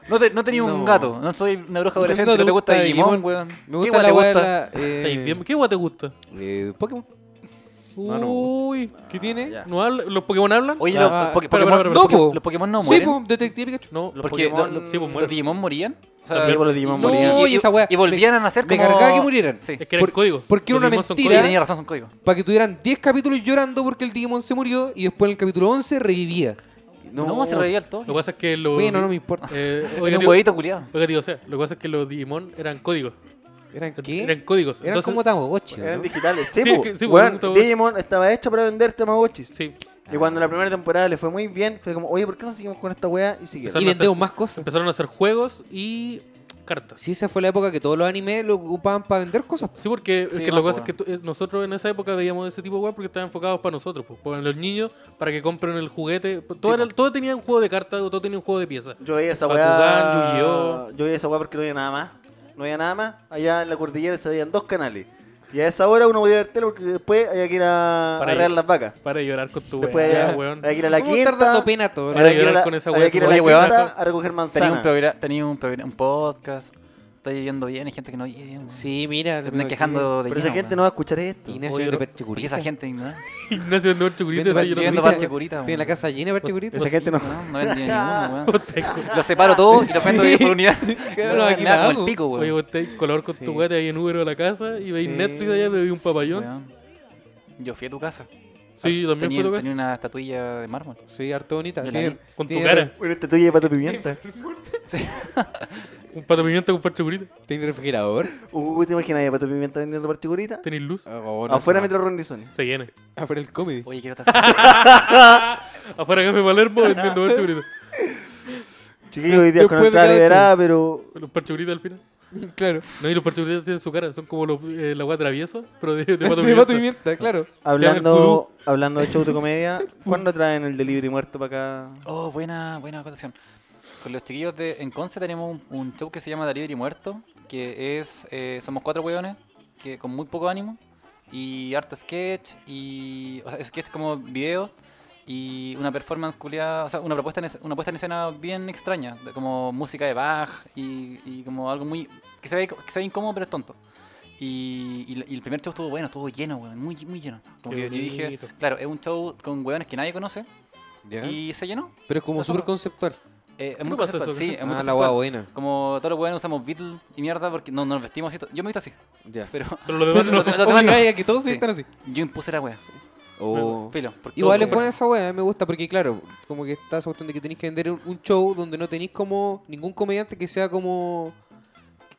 S5: No, te, no tenía
S2: No.
S5: un gato, no soy una bruja adolescente,
S2: No
S5: no te, gusta Digimon, weón.
S2: Me
S5: ¿Qué
S2: gusta
S5: weón
S2: la
S5: te
S2: weá de
S5: gusta?
S2: la...
S3: Estáis bien.
S2: eh,
S3: ¿Qué weá te gusta?
S2: eh, Pokémon. No, no me
S3: Uy.
S2: ¿Qué tiene?
S4: ya.
S3: ¿No habla- ¿Los Pokémon hablan?
S5: Oye,
S2: Ah,
S5: los,
S2: ah,
S5: los Poké-
S3: espera,
S5: Pokémon,
S3: espera,
S2: espera,
S5: los
S2: espera.
S5: Poké- los Pokémon no
S2: sí,
S5: mueren.
S2: po, Detective Pikachu.
S3: No,
S5: los
S3: porque
S5: Pokémon,
S4: Pokémon-
S5: los,
S3: sí, pues,
S5: los
S3: mueren.
S5: Digimon morían. O sea,
S4: Los símbolos de Digimon
S2: No,
S4: morían.
S5: y,
S2: y esa weá.
S5: y volvían a nacer
S2: me
S5: como...
S2: cargaba que murieran.
S5: Sí.
S3: Es que era el
S2: Por-
S3: código.
S2: porque era
S3: Los
S2: una
S3: Digimon son
S5: Sí,
S2: mentira.
S3: códigos.
S5: tenía razón, son códigos.
S2: Para que tuvieran 10 capítulos llorando porque el Digimon se murió y después en el capítulo 11 revivía.
S5: No, se reía el todo.
S3: Lo que pasa es que los.
S2: Bueno, no me importa.
S3: Eh, oiga,
S5: Era un
S3: tío,
S5: huevito culiado.
S3: oiga, tío, o sea, lo que pasa es que los Digimon eran códigos.
S2: ¿Eran qué?
S3: Eran códigos.
S2: Eran
S3: Entonces-
S2: como Tamagotchi. ¿no?
S4: Eran digitales. Sí,
S3: Sí,
S4: po.
S3: que- sí, po,
S4: Weón,
S3: un Tamagotchi.
S4: Digimon estaba hecho para vender Tamagotchis.
S3: Sí.
S4: Y cuando la primera temporada le fue muy bien, fue como, oye, ¿por qué no seguimos con esta weá? Y siguieron.
S2: Y vendemos más cosas.
S3: Empezaron a hacer juegos y cartas.
S2: Sí, esa fue la época que todos los animes lo ocupaban para vender cosas.
S3: Sí, porque es
S5: Sí,
S3: que
S5: más
S3: lo que pasa es
S5: juegos.
S3: que tú- es- nosotros en esa época veíamos ese tipo de web porque estaban enfocados para nosotros, pues, para los niños, para que compren el juguete. Pues, Todo,
S5: Sí,
S3: era- todo tenía un juego de cartas o todo tenía un juego de piezas.
S4: Yo veía esa
S3: Bakugan,
S4: weá.
S3: Yu-Gi-Oh.
S4: Yo veía esa weá porque no había nada más. No había nada más. Allá en la cordillera se veían dos canales. Y a esa hora uno podía ver tele porque después había que ir a a
S3: Para
S4: arrear
S3: ir.
S4: las vacas.
S3: Para de llorar con tu
S4: Después
S3: weá,
S4: había,
S3: weón.
S5: eh,
S4: había que ir a la
S2: ¿Cómo estar dando
S4: quinta.
S2: pena todo?
S3: Para
S4: Había que ir a la,
S3: llorar con esa
S4: había
S3: weá,
S4: que ir a la
S5: oye, weón.
S4: quinta a recoger
S5: Tenía un,
S4: manzana.
S5: progra- tenía un, progra- un podcast. Está yendo bien, hay gente que no oye bien. weón.
S2: Sí, mira.
S5: Se andan quejando de
S4: Pero esa
S5: lleno,
S4: gente
S5: weón.
S4: no va a escuchar esto.
S2: Ignacio
S3: Oye,
S2: vende
S3: pero-
S5: Porque
S2: perchicuritas.
S5: esa gente no,
S3: Ignacio Vendedor Churrita
S2: Vende
S3: está
S5: Ignacio
S3: llorando.
S5: Vendedor
S2: perchicuritas.
S5: Churrita,
S2: Tiene la
S5: weón.
S2: casa llena de
S5: pues
S2: perchicuritas.
S4: Esa gente no.
S5: no, no vendía ni uno, weón.
S3: Usted-
S5: Los separo todos y los vendo
S2: Sí.
S5: 10 por unidad.
S2: Qué
S5: Weón,
S2: aquí
S5: me da
S2: la
S5: como el
S2: hago.
S5: pico,
S3: Oye,
S5: weón.
S3: vos estáis color con
S2: Sí.
S3: tu weá, te en número a la casa y veis
S2: Sí.
S3: Netflix allá, veis un papayón.
S5: Weón, Yo fui a tu casa.
S3: Sí, yo también
S5: Tenía,
S3: fue lo que
S5: tenía una estatuilla de mármol.
S2: Sí, harto bonita.
S5: Yo la
S2: Tiene-
S5: vi.
S3: Con tu
S2: tiene-
S3: cara.
S4: Bueno, esta tuya de pato pimienta.
S5: pues.
S3: Un pato pimienta con parche burita.
S2: ¿Tiene refrigerador?
S4: Uh, ¿te imaginas de pato pimienta vendiendo particuritas?
S3: Tenéis luz.
S5: Ah.
S2: Oh, no
S4: Afuera
S2: sé.
S4: Metro Rondizoni.
S3: Se llena.
S2: Afuera el comedy.
S5: Oye, quiero estar.
S3: Afuera Café Palermo vendiendo parche burita.
S4: Chiquillos, hoy día con
S2: Después de
S4: entrada
S2: cada
S4: liberada, pero.
S3: Los parche burita al final.
S2: claro.
S3: No, y los parche burita tienen su cara. Son como los, eh, la weá traviesa, pero de, de
S2: De
S3: pato
S2: pato
S3: pimienta.
S2: y pimienta, claro.
S4: Hablando, hablando de show de comedia, ¿cuándo traen el delivery muerto para acá?
S5: Oh, buena, buena acotación. Con los chiquillos de En Conce tenemos un, un show que se llama Delivery Muerto, que es. eh, somos cuatro hueones, que con muy poco ánimo, y harto sketch, y. O sea, sketch como videos, y una performance culiada, o sea, una, propuesta en es- una puesta en escena bien extraña, de como música de Bach, y, y como algo muy. que se ve, que se ve incómodo, pero es tonto. Y, y la- y el primer show estuvo bueno, estuvo lleno, weón, muy, muy lleno. Como
S3: Qué
S5: que yo dije,
S3: bonito.
S5: claro, es un show con hueones que nadie conoce,
S2: Ya.
S5: y se llenó.
S2: Pero es como
S5: No,
S2: súper
S5: somos-
S2: conceptual.
S5: Eh, es
S3: ¿Qué
S5: muy
S3: pasa
S5: conceptual,
S3: eso?
S5: sí, es
S2: Ah, la
S5: muy conceptual.
S2: hueá buena.
S5: Como todos los weones usamos Beatles y mierda porque no no nos vestimos así. to- Yo me he visto así,
S2: Ya.
S5: pero
S3: Pero lo demás
S5: Pero
S3: no.
S5: lo- lo demás no.
S2: Obligáis a que todos se
S5: Sí.
S2: vistan así.
S5: yo impuse la wea.
S2: O-
S5: Filo, porque
S2: Oh. Igual
S5: todo-
S2: es buena esa wea, me gusta porque claro, como que está esa cuestión de que tenéis que vender un- un show donde no tenéis como ningún comediante que sea como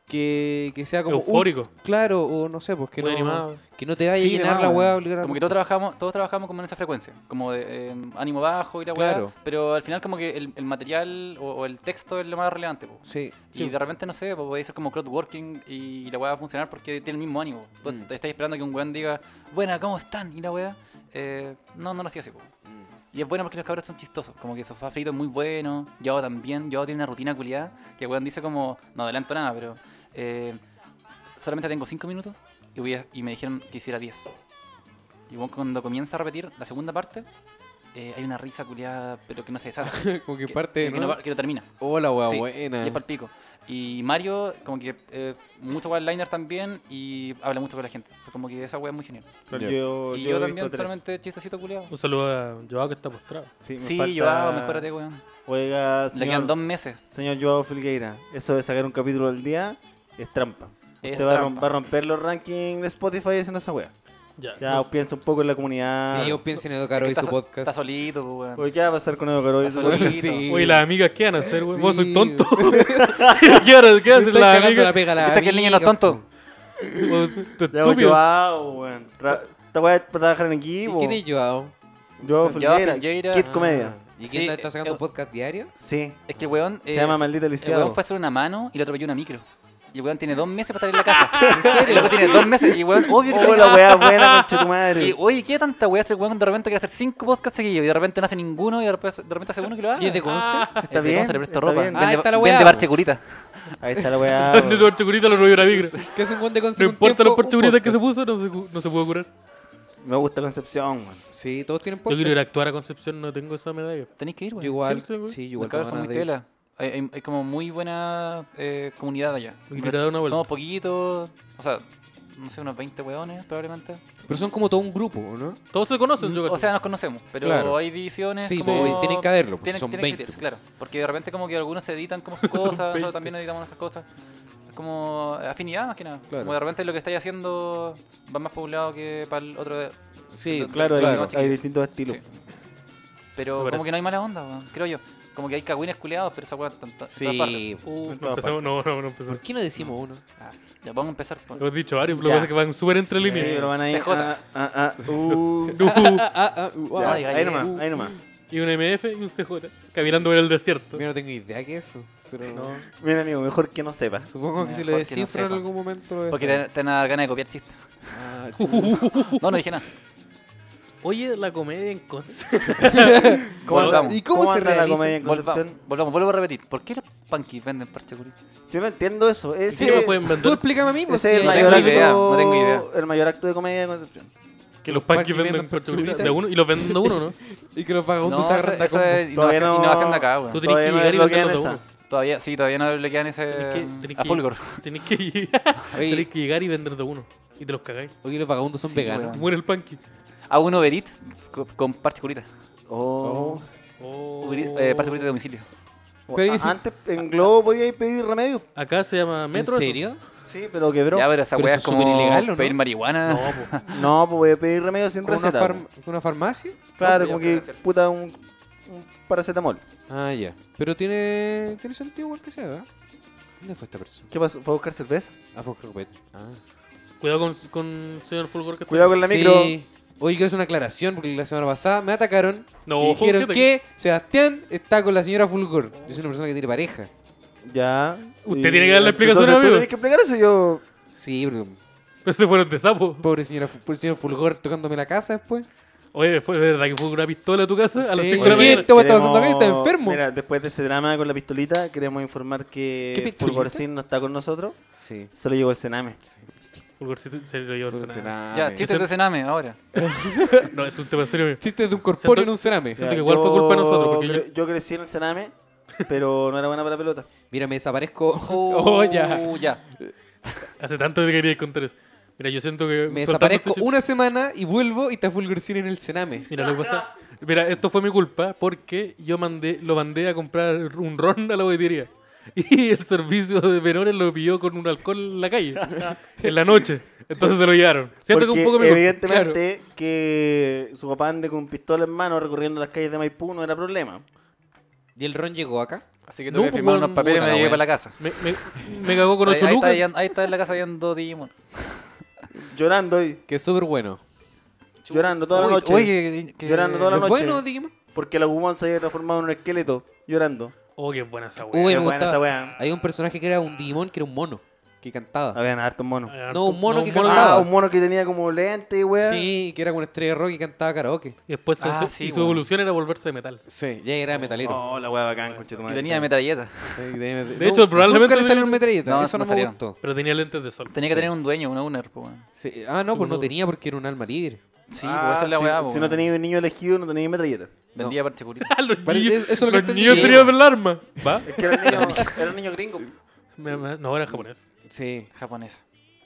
S2: que, que sea como un-
S3: Eufórico.
S2: claro, o no sé, pues que
S3: Muy
S2: no
S3: animado.
S2: que no te vaya
S5: Sí,
S2: a llenar
S5: demás,
S2: la
S5: weón.
S2: wea obligar a-
S5: Como que todos trabajamos, todos trabajamos como en esa frecuencia, como de eh, ánimo bajo y la wea.
S2: Claro.
S5: Pero al final como que el, el material o, o el texto es lo más relevante. po.
S2: Sí.
S3: Sí.
S5: Y de repente, no sé, pues, puede ser como crowdworking y, y la weá va a funcionar porque tiene el mismo ánimo. Tú
S2: Mm.
S5: te estás esperando que un weón diga, buena, ¿cómo están? Y la weá, eh, no, no lo hacía así. po.
S2: Mm.
S5: Y es bueno porque los cabros son chistosos. Como que Sofá Frito es muy bueno, Yao también. Yao tiene una rutina culiada que el weón dice como, no adelanto nada, pero eh, solamente tengo 5 minutos y, voy a- y me dijeron que hiciera 10. Y bueno, cuando comienza a repetir la segunda parte, eh, hay una risa culiada, pero que no se desata.
S2: como que parte,
S5: que,
S2: ¿no?
S5: no, que no termina.
S2: Oh, la wea
S5: Sí,
S2: buena.
S5: Y es pico. Y Mario, como que eh, mucho one-liner también y habla mucho con la gente. O sea, como que esa wea es muy genial.
S2: Ya.
S4: Yo,
S5: y
S4: Oh, yo
S5: yo,
S4: he
S5: también,
S4: visto tres.
S5: solamente chistecito culiado.
S3: Un saludo a Joao que está postrado.
S4: Sí, me
S5: Sí,
S4: falta-
S5: yo hago, mejorate, weón.
S4: Oiga,
S5: Le quedan dos
S4: señor,
S5: meses.
S4: señor Joao Filgueira, eso de sacar un capítulo al día es trampa.
S5: Es
S4: Te va a, rom-
S5: trampa.
S4: va a romper los rankings de Spotify haciendo esa wea.
S3: Ya.
S4: Ya piensa un poco en la comunidad.
S2: Sí, yo pienso en educar
S5: Es que
S2: hoy
S5: está
S2: su
S5: so-
S2: podcast.
S5: Está solito, po, weón.
S4: Oye, ¿qué va a pasar con Edo Caro?
S5: Está
S2: Bueno,
S5: solito.
S2: sí.
S3: Oye, las amigas, ¿qué van a hacer, güey? Vos
S2: Sí.
S3: sois tonto. ¿Qué van a- qué hacen
S2: Estoy
S3: las
S2: cagando la
S3: amigas?
S2: pega a la
S5: ¿Viste que el niño no es
S2: amiga,
S5: tonto?
S3: Vos, tú
S4: Ya voy
S3: Estúpido.
S4: Joao, weón. Tra- Esta wea es para trabajar en
S2: ¿Y
S4: equipo.
S2: quién es Joao?
S4: Joao
S5: Joao
S4: Filgueira,
S5: Filgueira.
S4: Kid
S5: Ah.
S4: Comedia.
S2: ¿Y
S5: Sí,
S2: quién está- está sacando
S5: eh,
S2: un podcast diario?
S4: Sí.
S5: Es que el weón.
S4: Se
S5: eh,
S4: llama Maldito
S5: El weón
S4: Lisiado.
S5: fue a hacer una mano y le atropelló una micro. Y el weón tiene dos meses para estar en la casa.
S2: ¿En
S5: El loco
S2: serio?
S5: tiene dos meses. Y el weón, obvio que
S4: Oh, la wea buena, concha tu
S5: Y,
S4: madre.
S5: oye, ¿qué tanta weá hace el weón de repente quiere hacer cinco podcasts seguidos y de repente no hace ninguno y de repente, de repente hace uno que lo haga?
S2: ¿Y es de Conce?
S5: Ah,
S4: Está
S5: es de Conce,
S4: bien,
S5: le presto
S4: está
S5: ropa.
S4: bien.
S2: Ah,
S5: Vende-
S2: está la weá,
S5: Vende
S2: po.
S5: parche curita.
S4: Ahí está la wea.
S3: De tu
S4: weón.
S3: articulita lo robió la migra.
S2: ¿Qué hace un buen de
S3: No
S2: conseguir un
S3: importa los
S2: tiempo, un
S3: particulares que se
S2: podcast?
S3: puso, no se, cu- no se pudo curar.
S4: Me gusta Concepción, weón.
S2: Sí, todos tienen
S3: Yo
S2: podcast.
S3: quiero ir a actuar a Concepción, no tengo esa medalla.
S5: Tenéis que ir,
S2: Yo
S5: weón.
S2: igual,
S3: Sí, sí, güey.
S2: sí, yo
S5: Los
S2: igual tengo
S5: cabros son
S2: ganas
S5: muy
S2: de ir.
S5: tela. Hay, hay- hay como muy buena eh, comunidad allá.
S3: Me quería dar una vuelta.
S5: Somos poquitos, o sea, no sé, unos 20 weones probablemente.
S2: Pero son como todo un grupo, ¿no?
S3: Todos se conocen, yo
S5: O
S3: cacho.
S5: sea, nos conocemos, pero
S2: Claro.
S5: hay divisiones.
S2: Sí,
S5: como...
S2: pues, tienen que haberlo, pues,
S5: tienen-
S2: son
S5: tienen que
S2: 20.
S5: existir, claro. Porque de repente, como que algunos se editan como sus cosas, nosotros también editamos nuestras cosas. Es como afinidad más que nada.
S2: Claro.
S5: Como de repente lo que estáis haciendo va más poblado que para el otro. de-
S2: Sí,
S4: Claro, hay-
S2: Claro.
S4: hay, distintos estilos.
S5: Sí. Pero
S3: Me
S5: como
S3: parece.
S5: que no hay mala onda, weón, creo yo. Como que hay cagüines culeados, pero esa weá está en to- en todas partes.
S2: Sí.
S3: Uh, no
S4: todas
S3: empezamos, no, no, no
S2: ¿Por
S3: empezamos.
S2: qué no decimos uno?
S5: Ah, ya vamos a empezar. po.
S3: Lo hemos dicho varios, lo que
S4: Ya.
S3: pasa es que van súper entre
S4: Sí,
S3: líneas.
S4: pero van ahí. Ah,
S5: CJ.
S4: ah, ah, uh.
S3: Uh,
S2: Ah, ah, uh,
S4: Ya,
S5: No
S2: ah.
S5: digáis
S4: ahí nomás,
S5: eso.
S4: ahí nomás.
S3: y un MF y un CJ caminando por el desierto.
S2: Yo no tengo idea que eso, pero
S3: No.
S4: Mira, amigo, mejor que no sepas.
S2: supongo que si lo
S5: Mejor que no
S2: descifro en
S5: sepa.
S2: algún momento lo
S5: Porque
S2: voy
S5: te, te van a dar ganas de copiar chistes.
S2: a saber. Ah,
S5: No, no dije nada.
S3: Oye, la comedia en Concepción.
S5: ¿Cómo
S4: andamos?
S2: ¿Y cómo se
S4: anda la
S2: realiza?
S4: comedia en
S5: Volvamos,
S4: Concepción?
S5: volvamos, vuelvo a repetir. ¿Por qué los punkies venden parche curita?
S4: Yo no entiendo eso. Ese,
S3: ¿Qué me pueden
S2: chuta. Tú
S3: vender?
S2: explícame a mí, pues
S4: ese
S2: si
S4: es el
S5: no
S2: hay-
S5: tengo
S4: mayor,
S5: idea,
S4: acto,
S5: no tengo idea.
S4: el mayor acto de comedia de Concepción.
S3: Que los panquis
S2: panquis
S3: venden
S2: venden
S3: parchuritas
S2: parchuritas.
S3: de uno y los venden de uno, ¿no?
S2: Y que los vagabundos
S5: No,
S2: se
S5: eso,
S2: agarran de a
S5: eso
S2: combo.
S5: es
S4: Todavía
S5: innovación,
S4: no-
S5: innovación de acá,
S3: Tú
S5: weón.
S3: tenés que
S4: Todavía no
S3: llegar y
S4: desbloquean
S3: venderlo de
S4: esa.
S3: uno.
S5: Todavía, sí, todavía no le quedan ese
S3: Tenés
S2: Eh,
S3: que- tenés
S5: a
S3: que-
S5: Fulgor.
S3: Tenés que llegar,
S2: Oye.
S3: tenés que llegar y vender de uno. Y te los cagáis.
S2: Oye, los vagabundos son
S5: Sí,
S2: veganos.
S5: weón.
S3: Muere el panqui.
S5: A un Uber Eats co- con parche curita.
S4: Oh.
S3: Oh.
S5: Uber Eats, eh, parche curita de domicilio.
S2: Pero
S4: A-
S2: y si-
S4: Antes en Globo podíais pedir remedio.
S3: Acá se llama
S2: ¿En
S3: Metro. eso.
S2: serio?
S4: Sí, pero quebró.
S5: ya, pero esa
S2: pero
S5: weá es
S2: eso es
S5: como
S2: superilegal, ¿o no?
S5: pedir marihuana.
S3: No, po.
S4: No, pues voy a pedir remedio sin
S2: ¿Con una,
S4: receta.
S2: farm- con una farmacia?
S4: Claro,
S5: No,
S4: como
S5: ya,
S4: que
S5: gracias.
S4: puta un, un paracetamol.
S2: Ah, ya. Pero tiene, tiene sentido igual que sea, ¿verdad? ¿Dónde fue esta persona?
S4: ¿Qué pasó? ¿Fue a buscar cerveza?
S2: Ah, fue Cropete. Ah.
S3: Cuidado con, con señor Fulgor que está-
S4: Cuidado con la micro.
S2: Sí. Oye, quiero hacer una aclaración porque la semana pasada me atacaron
S3: No,
S2: y dijeron
S3: ¿qué te-
S2: que Sebastián está con la señora Fulgor. Yo soy una persona que tiene pareja.
S4: Ya.
S3: Usted tiene que dar la explicación,
S4: entonces
S3: amigo.
S2: pues.
S4: Tú tienes que explicar eso. Yo
S2: Sí, pero
S3: Pero se fueron de sapo.
S2: pobre señora, Fu- pobre señor Fulgor tocándome la casa después.
S3: Oye, fue verdad que fue una pistola a tu casa a las
S2: Sí.
S3: 5 de la
S2: Oye,
S3: mañana.
S2: este güey está
S4: Queremos-
S2: pasando acá y está enfermo.
S4: Mira, después de ese drama con la pistolita, queremos informar
S2: ¿Qué
S4: que
S2: pistolita?
S4: Fulgorcín no está con nosotros.
S2: Sí.
S4: Se lo llevó el Sename.
S3: Fulgorcito se lo llevó el cename.
S5: Ya,
S2: chistes
S5: chistes de Sename ahora.
S3: No, esto es un tema serio. mío.
S2: de un corpóreo
S3: Siento-
S2: en un cerame.
S3: Siento que igual fue culpa de nosotros, porque
S4: cre-
S3: yo-
S4: yo crecí en el Sename, pero no era buena para la pelota.
S2: Mira, me desaparezco.
S5: Oh,
S2: ya.
S5: ya.
S3: Hace tanto que quería contar eso. Mira, yo siento que.
S2: Me
S3: soltando
S2: desaparezco
S3: este chiste-
S2: una semana y vuelvo y está Fulgorcín en el cename.
S3: Mira, lo que pasa. Mira, esto fue mi culpa porque yo mandé, lo mandé a comprar un ron a la bodetería. Y el servicio de menores lo pilló con un alcohol en la calle, en la noche. Entonces se lo llevaron. Siento que
S4: Porque
S3: un poco mi culpa.
S4: evidentemente que su papá ande con pistola en mano recorriendo las calles de Maipú no era problema.
S2: ¿Y el ron llegó acá?
S5: Así que
S3: No,
S5: tuve que
S3: pues,
S5: firmar
S3: bueno,
S5: unos papeles y
S2: puta
S5: me
S2: la
S5: llegué
S2: wea.
S5: para la casa.
S3: Me, me- me cagó con
S5: Ahí,
S3: 8
S5: ahí está,
S3: lucas.
S5: ahí- ahí está en la casa viendo Digimon.
S4: Llorando y
S2: Que es súper bueno.
S4: llorando toda la
S5: Uy,
S4: noche.
S5: Oye, que- que-
S4: Llorando toda la
S2: ¿Es
S4: noche.
S2: bueno, Digimon?
S4: Porque la Gumon se había transformado en un esqueleto llorando.
S3: Oh, qué buena esa
S2: Uy,
S3: weá.
S2: me
S4: buena esa
S2: gustaba.
S4: wea.
S2: Hay un personaje que era un Digimon que era un mono. Que cantaba.
S4: Habían hartos monos.
S2: No, un Ah. mono que
S3: de-
S2: cantaba.
S4: Ah, un mono que tenía como lente y weá.
S2: Sí, que era con una estrella de rock y cantaba karaoke.
S3: Y después se-
S5: Ah,
S3: se-
S5: sí,
S3: y su
S5: weón.
S3: evolución era volverse de metal.
S2: Sí, ya era metalero.
S4: Oh, la weá bacán, concha tu
S5: Y
S4: madre.
S5: tenía metralleta.
S2: Sí, de
S3: De hecho, probablemente-
S2: Nunca le salió un metralleta.
S5: No,
S2: Eso
S5: no
S2: no, me
S5: salieron.
S2: gustó.
S3: Pero tenía lentes de sol.
S5: Tenía que tener un dueño, una owner, po, weón.
S2: Sí, Ah, no, pues no
S3: no.
S2: tenía porque era un alma libre.
S5: Sí,
S4: Ah,
S5: pues esa es la
S4: si-
S5: weá, po,
S4: Si
S5: weón.
S4: no tenía un niño elegido, no tenía metralleta.
S5: Vendía particular.
S3: Ah, los
S2: Pare-
S3: niños,
S2: eso es lo que
S3: los
S2: entendí.
S3: niños tenían el arma. ¿Va?
S4: Es que era un niño, era un niño gringo.
S3: Me- me- No, era japonés.
S2: Sí.
S5: Japonés.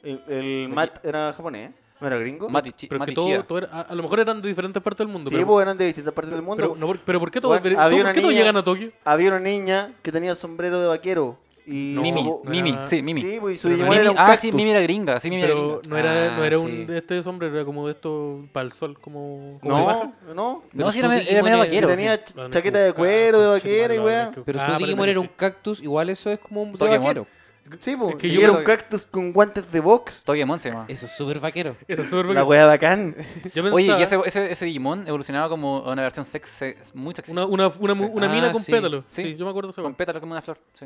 S4: El, el Matt era japonés, ¿eh? ¿No era gringo?
S5: Mati, chi,
S3: Pero es
S5: Mati
S3: que todo,
S5: Chia.
S3: todo era- a, a lo mejor eran de diferentes partes del mundo.
S4: Sí,
S3: pero,
S4: pues eran de distintas partes del mundo.
S3: pero, no, por- pero ¿por qué todos
S4: Bueno,
S3: pero-
S4: había
S3: todo-
S4: una
S3: por qué todos
S4: niña-
S3: llegan a Tokio?
S4: Había una niña que tenía sombrero de vaquero. Y
S5: Mimi,
S4: su-
S3: no
S5: Mimi,
S3: era-
S5: sí, Mimi.
S4: Sí, pues y su
S3: Pero no
S4: Digimon
S3: era-
S4: era
S5: Mimi-
S4: un
S5: ah, sí,
S4: cactus.
S5: Mimi era gringa, sí, Mimi era
S3: Pero
S5: gringa.
S3: no era, no
S2: Ah,
S3: era
S2: sí.
S3: un, este sombrero, era como de esto para el sol, como, como de
S4: No,
S3: baja.
S4: no.
S5: No,
S2: Pero
S5: sí, era,
S2: su
S5: me- era
S2: Digimon era-
S5: medio
S4: Que
S5: vaquero. sí.
S4: tenía ch- chaqueta de cuero, de vaquero y weá.
S2: Pero
S3: Ah,
S2: su
S3: parece
S2: Digimon
S3: que
S2: era
S3: sí.
S2: un cactus, igual eso es como un de
S5: Pokémon.
S2: vaquero.
S4: Sí, pues.
S3: Es que
S4: y
S3: yo
S4: era
S5: creo
S4: un
S5: que-
S4: cactus con guantes de box.
S5: Togemon se llama.
S2: Eso es súper vaquero.
S3: Era súper
S4: La
S3: bacán.
S4: weá bacán.
S3: Yo
S5: Oye,
S3: pensaba,
S5: y ese, ese, ese Digimon evolucionaba como a una versión sex, sex- muy sexy.
S3: una, una, una,
S5: Sí.
S3: una
S2: Ah,
S3: mina con
S2: sí.
S3: pétalos. Sí.
S5: Sí.
S3: yo me acuerdo de esa
S5: Con
S3: weá.
S5: pétalos como una flor. Sí.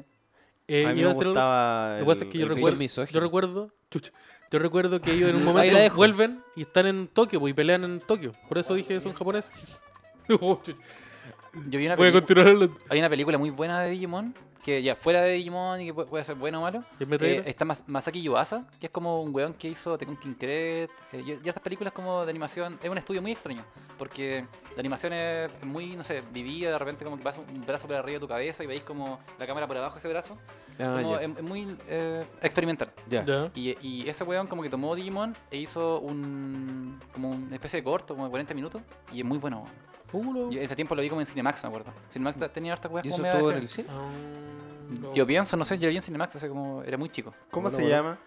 S3: Eh,
S4: A mí
S3: iba a
S4: me
S3: hacer algo-
S4: gustaba.
S3: Lo que pasa es que yo
S4: el-
S2: recuerdo-
S4: el-
S3: recuerdo,
S2: misógino.
S3: yo recuerdo, chucha, yo recuerdo que ellos en un
S2: Ahí la
S3: momento
S2: dejo.
S3: vuelven y están en Tokio pues, y pelean en Tokio. Por eso dije son japoneses. Oh, chucha.
S5: Yo vi una
S3: Voy a
S5: película- Eh,
S3: continuar hablando.
S5: Hay una película muy buena de Digimon, que ya fuera de Digimon y que pu- puede ser bueno o malo.
S3: ¿Y en Metroid?
S5: eh, está Mas- Masaki Yuasa, que es como un weón que hizo Tekken King Cred. eh, y, y estas películas como de animación. Es un estudio muy extraño, porque la animación es muy, no sé, vivida. De repente, como que pasa un brazo por arriba de tu cabeza y veis como la cámara por abajo de ese brazo.
S2: Ah,
S5: como
S2: ya.
S5: es, es muy eh, experimental.
S2: ya.
S3: Ya.
S5: Y, y ese weón como que tomó Digimon e hizo un como una especie de corto, como de 40 minutos, y es muy bueno. weón.
S3: Uh, lo-
S5: Yo ese tiempo lo vi como en Cinemax, me acuerdo. Cinemax ta- tenía hartas weas
S2: ¿Y
S5: como
S2: eso
S5: media
S2: todo en
S5: de
S2: el cine?
S3: Ah,
S5: acción. Yo pienso, no sé, yo lo vi en Cinemax, hace como era muy chico.
S4: ¿Cómo
S2: Bueno,
S4: se
S2: bueno.
S4: llama?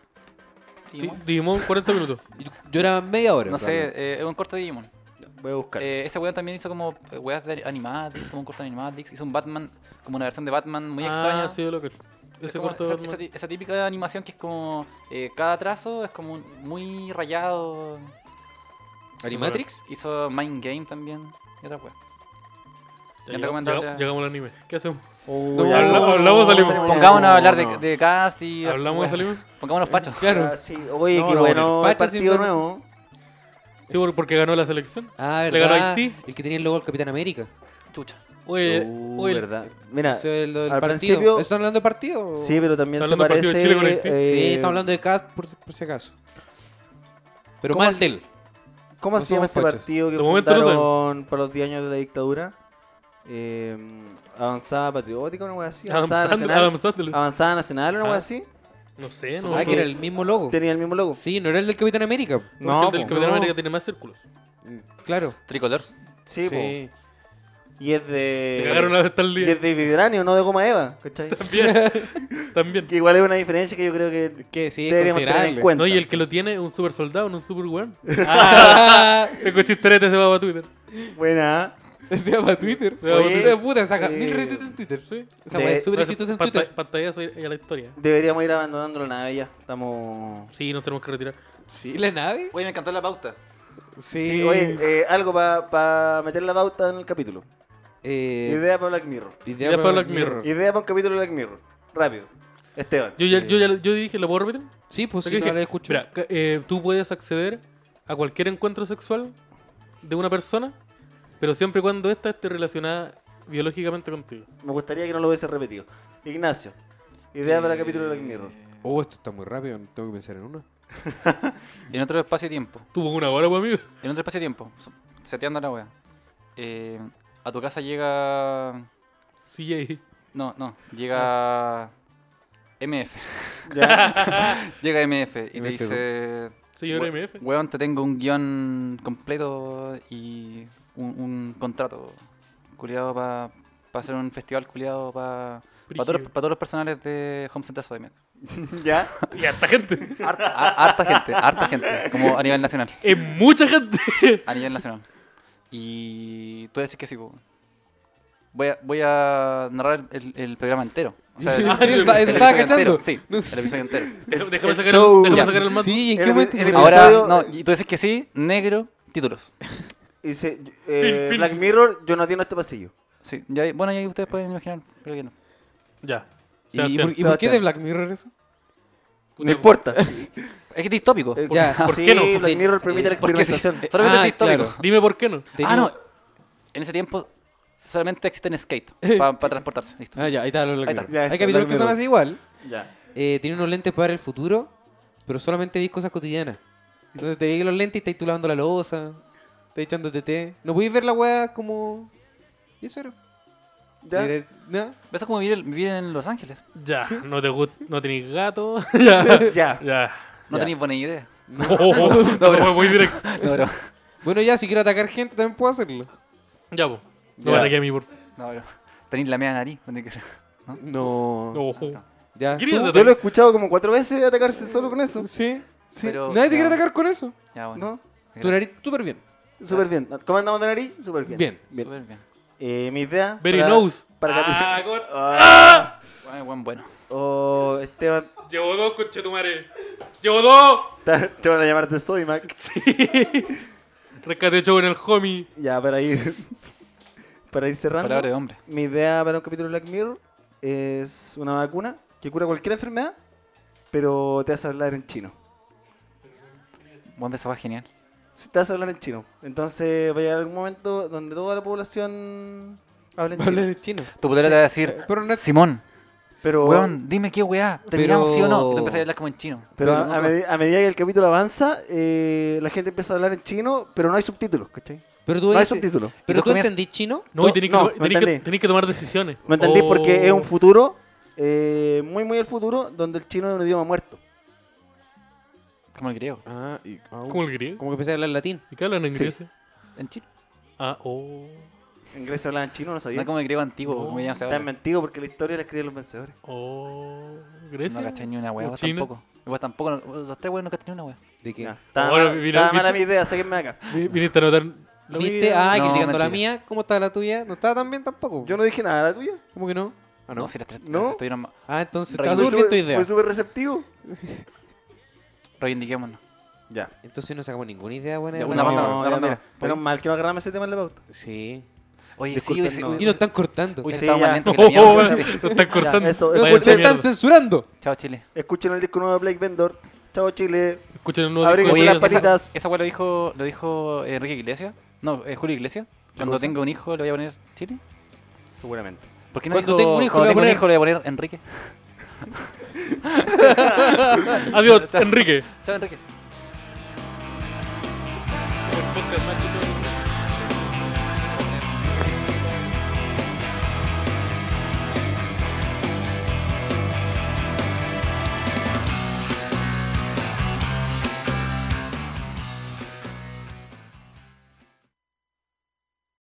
S5: Digimon.
S3: Di- Digimon 40 minutos.
S2: Yo- Yo era media hora.
S5: No sé,
S2: probablemente.
S5: eh, es un corto de Digimon.
S4: Voy a buscar.
S5: Eh, ese weón también hizo como eh, weas de Animatrix, como un corto de Animatrix. Hizo un Batman, como una versión de Batman muy
S3: ah,
S5: extraña.
S3: sí, lo que.
S5: Es
S3: Ese
S5: como
S3: corto.
S5: esa,
S3: no-
S5: esa ti- esa típica animación que es como eh, cada trazo es como un- muy rayado.
S2: ¿Animatrix?
S5: Hizo Mind Game también. Y otra wea.
S3: Ya
S5: bien
S3: llegamos-
S5: recomendable.
S3: llegamos- Llegamos al anime. ¿Qué hacemos?
S4: Uy,
S2: no,
S4: habla-
S3: habla- hablamos, salimos.
S4: no,
S5: Pongámonos a hablar de,
S4: no.
S5: de cast y.
S3: ¿Hablamos
S5: weas.
S3: de salimos?
S5: Pongámonos fachos.
S4: Ah, sí. Oye,
S2: No,
S4: qué
S2: no,
S4: bueno
S2: bueno.
S4: el
S2: Facha sin
S4: partido
S2: ver-
S4: nuevo.
S3: Sí, por- porque ganó la selección.
S2: Ah,
S3: Le ganó
S2: ¿verdad?
S3: Haití.
S2: El que tenía el logo del Capitán América.
S5: Chucha.
S3: Oye,
S4: Uh,
S3: oye,
S4: verdad. Mira,
S2: Eso es lo del
S4: al
S2: partido.
S4: principio-
S2: ¿Están hablando de partido?
S4: sí, eh, pero también
S3: Está
S4: se
S3: hablando del partido
S4: parece.
S3: de Chile con este. Haití.
S4: eh,
S2: Sí, estamos hablando de cast por, por si acaso. Pero
S4: ¿Cómo
S2: mal
S4: se-
S2: del.
S4: ¿Cómo
S2: No
S4: se llama
S2: somos
S4: este
S2: fachos.
S4: partido que
S3: De momento no sabemos.
S4: fundaron para los 10 años de la dictadura? Eh, avanzada patriótica, una wea así. Avanzada
S3: Adam Sandler-
S4: nacional.
S3: Adam Sandler.
S4: Avanzada nacional, una
S3: Ah.
S4: wea así.
S3: No sé, no.
S2: Ah, que era el mismo logo.
S4: Tenía el mismo logo.
S2: Sí, no era el del Capitán América.
S3: No,
S4: No,
S3: el del
S4: po.
S3: Capitán
S2: No.
S3: América tiene más círculos.
S2: Mm, Claro.
S5: Tricolor.
S4: Sí, po.
S2: Sí.
S4: Y es
S3: Se
S4: de.
S3: cagaron a Stan
S4: Y
S3: Lee.
S4: es de vibranio, no de goma Eva, ¿cachai?
S3: También. También.
S4: Que igual es una diferencia que yo creo que
S2: Que sí, es
S4: deberíamos tener en
S2: considerable.
S4: cuenta.
S3: No, y el que lo tiene es un super soldado, no un super weón. Ah, tengo chisterete, se va para Twitter.
S4: Buena. ¿eh?
S2: Decía para Twitter.
S3: Se va para
S4: Oye,
S2: De
S3: Twitter.
S2: puta, saca
S4: eh,
S2: mil retweets en Twitter. Sí. Esa
S4: de-
S2: weá es súper
S3: Parece
S2: exitosa en
S3: panta-
S2: Twitter.
S3: Pantallazo y- y a la historia.
S4: Deberíamos ir abandonando la nave ya. Estamos.
S3: Sí, nos tenemos que retirar.
S2: Sí, la nave.
S5: Oye, me encantó la pauta.
S2: Sí.
S4: oye, eh, algo para meter la pauta en el capítulo.
S2: eh,
S4: Idea para Black Mirror.
S2: idea
S3: para
S2: para
S3: Black
S2: Black Mirror.
S4: Idea para un capítulo de Black Mirror. Rápido. Esteban.
S3: Yo ya, yo ya yo dije, ¿lo puedo repetir?
S2: Sí, pues
S3: Lo
S2: sí,
S3: que
S2: no
S3: dije,
S2: la escucho.
S3: Mira, ca- eh, tú puedes acceder a cualquier encuentro sexual de una persona, pero siempre y cuando ésta esté relacionada biológicamente contigo.
S4: Me gustaría que no lo hubiese repetido. Ignacio, idea para el capítulo de Black Mirror.
S2: Oh, esto está muy rápido, tengo que pensar en una.
S5: En otro espacio-tiempo.
S3: Tuvo una hora, pues, amigo.
S5: En otro espacio-tiempo. so- Seteando la wea. Eh, a tu casa llega.
S3: Sí, ahí.
S5: No, no. Llega. MF.
S4: Ya.
S5: Llega MF y te
S2: MF,
S5: dice.
S3: Señor
S5: "We-
S3: MF.
S5: Weón, te tengo un guión completo y un, un contrato culiado para hacer un festival culiado para todos, los-
S3: Brígido.
S5: pa todos los personales de Home Center Sodimec.
S4: ya.
S3: Y harta gente.
S5: A- Harta gente, harta gente, como a nivel nacional.
S3: Es mucha gente.
S5: A nivel nacional. Y tú decís que sí, po. Voy a, voy a narrar el, el programa entero. O sea, el-
S2: Ah, ¿sí?
S5: el
S2: ¿Está- estaba
S5: episodio
S2: cachando?
S5: entero, Sí,
S2: No
S5: el
S2: sé.
S5: episodio entero.
S3: Déjame sacar,
S4: show.
S3: el, déjame
S5: Ya.
S3: sacar el mando.
S2: Sí, ¿y ¿en
S4: El
S2: qué
S4: epi-
S2: momento
S4: el
S2: se me-
S5: Ahora,
S4: Episodio-
S5: no, y tú decís que sí, negro, títulos.
S4: Dice, eh,
S3: Fin, fin.
S4: Black Mirror, yo no atiendo este pasillo.
S5: Sí, ya, bueno, ya ustedes pueden imaginar, creo que no.
S3: Ya.
S2: ¿Y, y por,
S3: Sebastián.
S2: y por qué
S4: Sebastián.
S2: de Black Mirror eso?
S4: No importa.
S5: Es que es distópico.
S4: Eh,
S2: Ya.
S4: ¿Por
S3: Sí,
S4: qué no?
S2: porque-
S4: Black Mirror permite la
S5: Porque sí,
S4: experimentación.
S5: solamente
S2: Ah,
S5: es distópico.
S2: claro.
S3: Dime por qué no.
S5: Ah, no.
S2: Tenemos-
S5: En ese tiempo solamente existen skate para transportarse. Listo.
S2: Ah, ya, ahí está lo de Black
S5: Ahí está.
S2: Mirror.
S4: Ya
S2: Hay
S4: está,
S2: capítulos
S4: Black
S2: que son
S4: Mirror.
S2: así igual.
S4: Ya.
S2: eh, tiene unos lentes para ver el futuro, pero solamente veis cosas cotidianas. Entonces te veis los lentes y estáis tú lavando la losa, estáis echándote té. No podéis ver la weá como. Y eso era.
S4: Ya.
S2: Era- ¿no?
S5: Eso es como vivir, vivir en Los Ángeles.
S3: Ya. No te gusta. No tenéis gato. ya.
S4: Ya.
S3: Ya. Oh,
S5: No
S4: Ya.
S5: tenéis buena idea.
S3: No, fue muy directo.
S5: No, bro.
S2: Bueno, ya, si quiero atacar gente también puedo hacerlo.
S3: Ya, po. No
S4: Ya.
S3: me ataque a mí, por favor.
S5: No, bro. Tenéis la media nariz. no tiene que ser.
S2: No.
S3: No.
S2: Ya.
S3: ¿Quieres
S2: ¿Tú?
S3: atacar?
S4: Yo lo he escuchado como cuatro veces atacarse solo con eso.
S2: Sí. sí.
S5: Pero-
S2: Nadie te
S5: ya.
S2: quiere atacar con eso.
S5: Ya, bueno.
S4: ¿No?
S2: Tu nariz súper bien.
S4: Súper bien. ¿Cómo andamos de nariz? Súper bien.
S2: Bien.
S5: Súper bien.
S4: Eh, mi idea.
S3: Very
S4: para-
S3: nose.
S4: Para
S3: ah,
S4: capi-
S3: con...
S5: Bueno, bueno, bueno.
S4: Oh, Esteban.
S3: Llevo dos, conchetumare. Llevo dos.
S4: Te te van a llamar de Sodimac.
S3: Rescate show en el homie.
S4: Ya, para ir. Para ir cerrando.
S5: Palabra de hombre.
S4: Mi idea para un capítulo de Black Mirror es una vacuna que cura cualquier enfermedad, pero te hace hablar en chino.
S5: Buen mensaje genial.
S4: Sí, Te hace hablar en chino. Entonces va a llegar algún momento donde toda la población habla en
S2: Va a hablar
S4: chino.
S2: en chino.
S5: Tu poder te va a decir,
S2: Pero no es-
S5: Simón,
S2: Oh.
S4: Pero,
S5: weón, dime qué weá. ¿Terminamos sí o no? Y
S2: Pero-
S5: tú empezás a hablar como en chino.
S4: pero
S2: pero
S4: a,
S2: nunca-
S4: a medi- a medida que el capítulo avanza, eh, la gente empieza a hablar en chino, pero no hay subtítulos, ¿cachai?
S2: Pero tú,
S4: No hay
S2: ent-
S4: subtítulos.
S5: Y tú
S2: ¿pero tú
S5: comienzas-
S2: entendís chino.
S3: No, y tenés,
S4: No,
S3: que,
S4: no
S3: tenés, que,
S4: entendí.
S3: tenés que tomar decisiones. Oh.
S4: ¿Me entendí?
S3: O-
S4: Porque es un futuro, eh, muy, muy el futuro, donde el chino es un idioma muerto.
S5: Como el griego.
S2: Ah, y, ah,
S3: ¿Cómo el griego?
S2: como que empecé a hablar latín.
S3: ¿Y qué hablan en
S4: Sí.
S3: inglés?
S5: En chino.
S3: Ah, oh.
S4: En Grecia hablaban chino, no
S5: No
S4: sabía.
S5: es como el griego antiguo,
S3: No.
S5: como ya se
S4: Está
S5: habla.
S4: mentido porque la historia la escribían los vencedores.
S3: Oh. Grecia.
S5: No cachai ni una weá,
S3: ¿O
S5: vos
S3: China?
S5: tampoco. Vos tampoco, no- los tres weón no cachai ni una weá.
S2: ¿De qué?
S4: Ya, Estaba
S3: Ahora,
S4: mala,
S3: mira,
S4: estaba mala
S3: ¿viste?
S4: mi idea, sáquenme de acá.
S3: Vi- Viniste a notar. la
S2: ¿Viste?
S3: vida.
S2: Ah,
S5: No,
S2: criticando la
S5: mentira.
S2: mía. ¿Cómo está la tuya? No estaba tan bien tampoco.
S4: Yo no dije nada, ¿la tuya?
S2: ¿Cómo que no? Ah, no.
S5: si las tres
S4: ¿No?
S5: estuvieron ma-
S2: Ah, entonces
S5: Fue
S2: está
S4: Fue
S2: súper bien tu
S4: súper-
S2: idea.
S4: Fue súper receptivo.
S5: Reivindiquémonos.
S4: Ya.
S2: Entonces no sacamos ninguna idea buena.
S5: Ya,
S2: de
S5: una
S2: Black
S5: más,
S2: Mirror.
S5: no,
S4: ya,
S5: no, no.
S4: mira, Menos mal que no agarramos ese tema en la pauta.
S2: Sí.
S5: Oye, sí,
S4: Disculpen,
S5: hoy, sí,
S4: no.
S5: hoy-
S2: Y nos están cortando.
S5: hoy
S4: Sí,
S5: estaba
S4: ya.
S5: más lento que
S3: Oh,
S5: la mierda.
S3: oh,
S5: sí.
S3: Lo están cortando.
S4: eso,
S3: Vaya
S2: Nos
S4: escuchen,
S3: mierda.
S2: están censurando.
S5: Chao, Chile.
S4: Escuchen el disco nuevo de Blake Vendor. Chao, Chile.
S3: Escuchen el nuevo
S4: Abrí
S3: disco de
S4: Oye, las
S3: ellos.
S4: patitas.
S5: esa, esa weá lo dijo, lo dijo Enrique Iglesias. No, eh, Julio Iglesias. Cuando
S4: cosa?
S5: tenga un hijo le voy a poner Chile.
S4: Seguramente.
S5: ¿Por qué no
S2: Cuando
S5: dijo,
S2: tenga un hijo,
S5: cuando
S2: le voy a
S5: tenga un hijo le voy a poner Enrique?
S3: Adiós, Enrique.
S5: Chao, Enrique.
S3: El podcast más chico del mundo.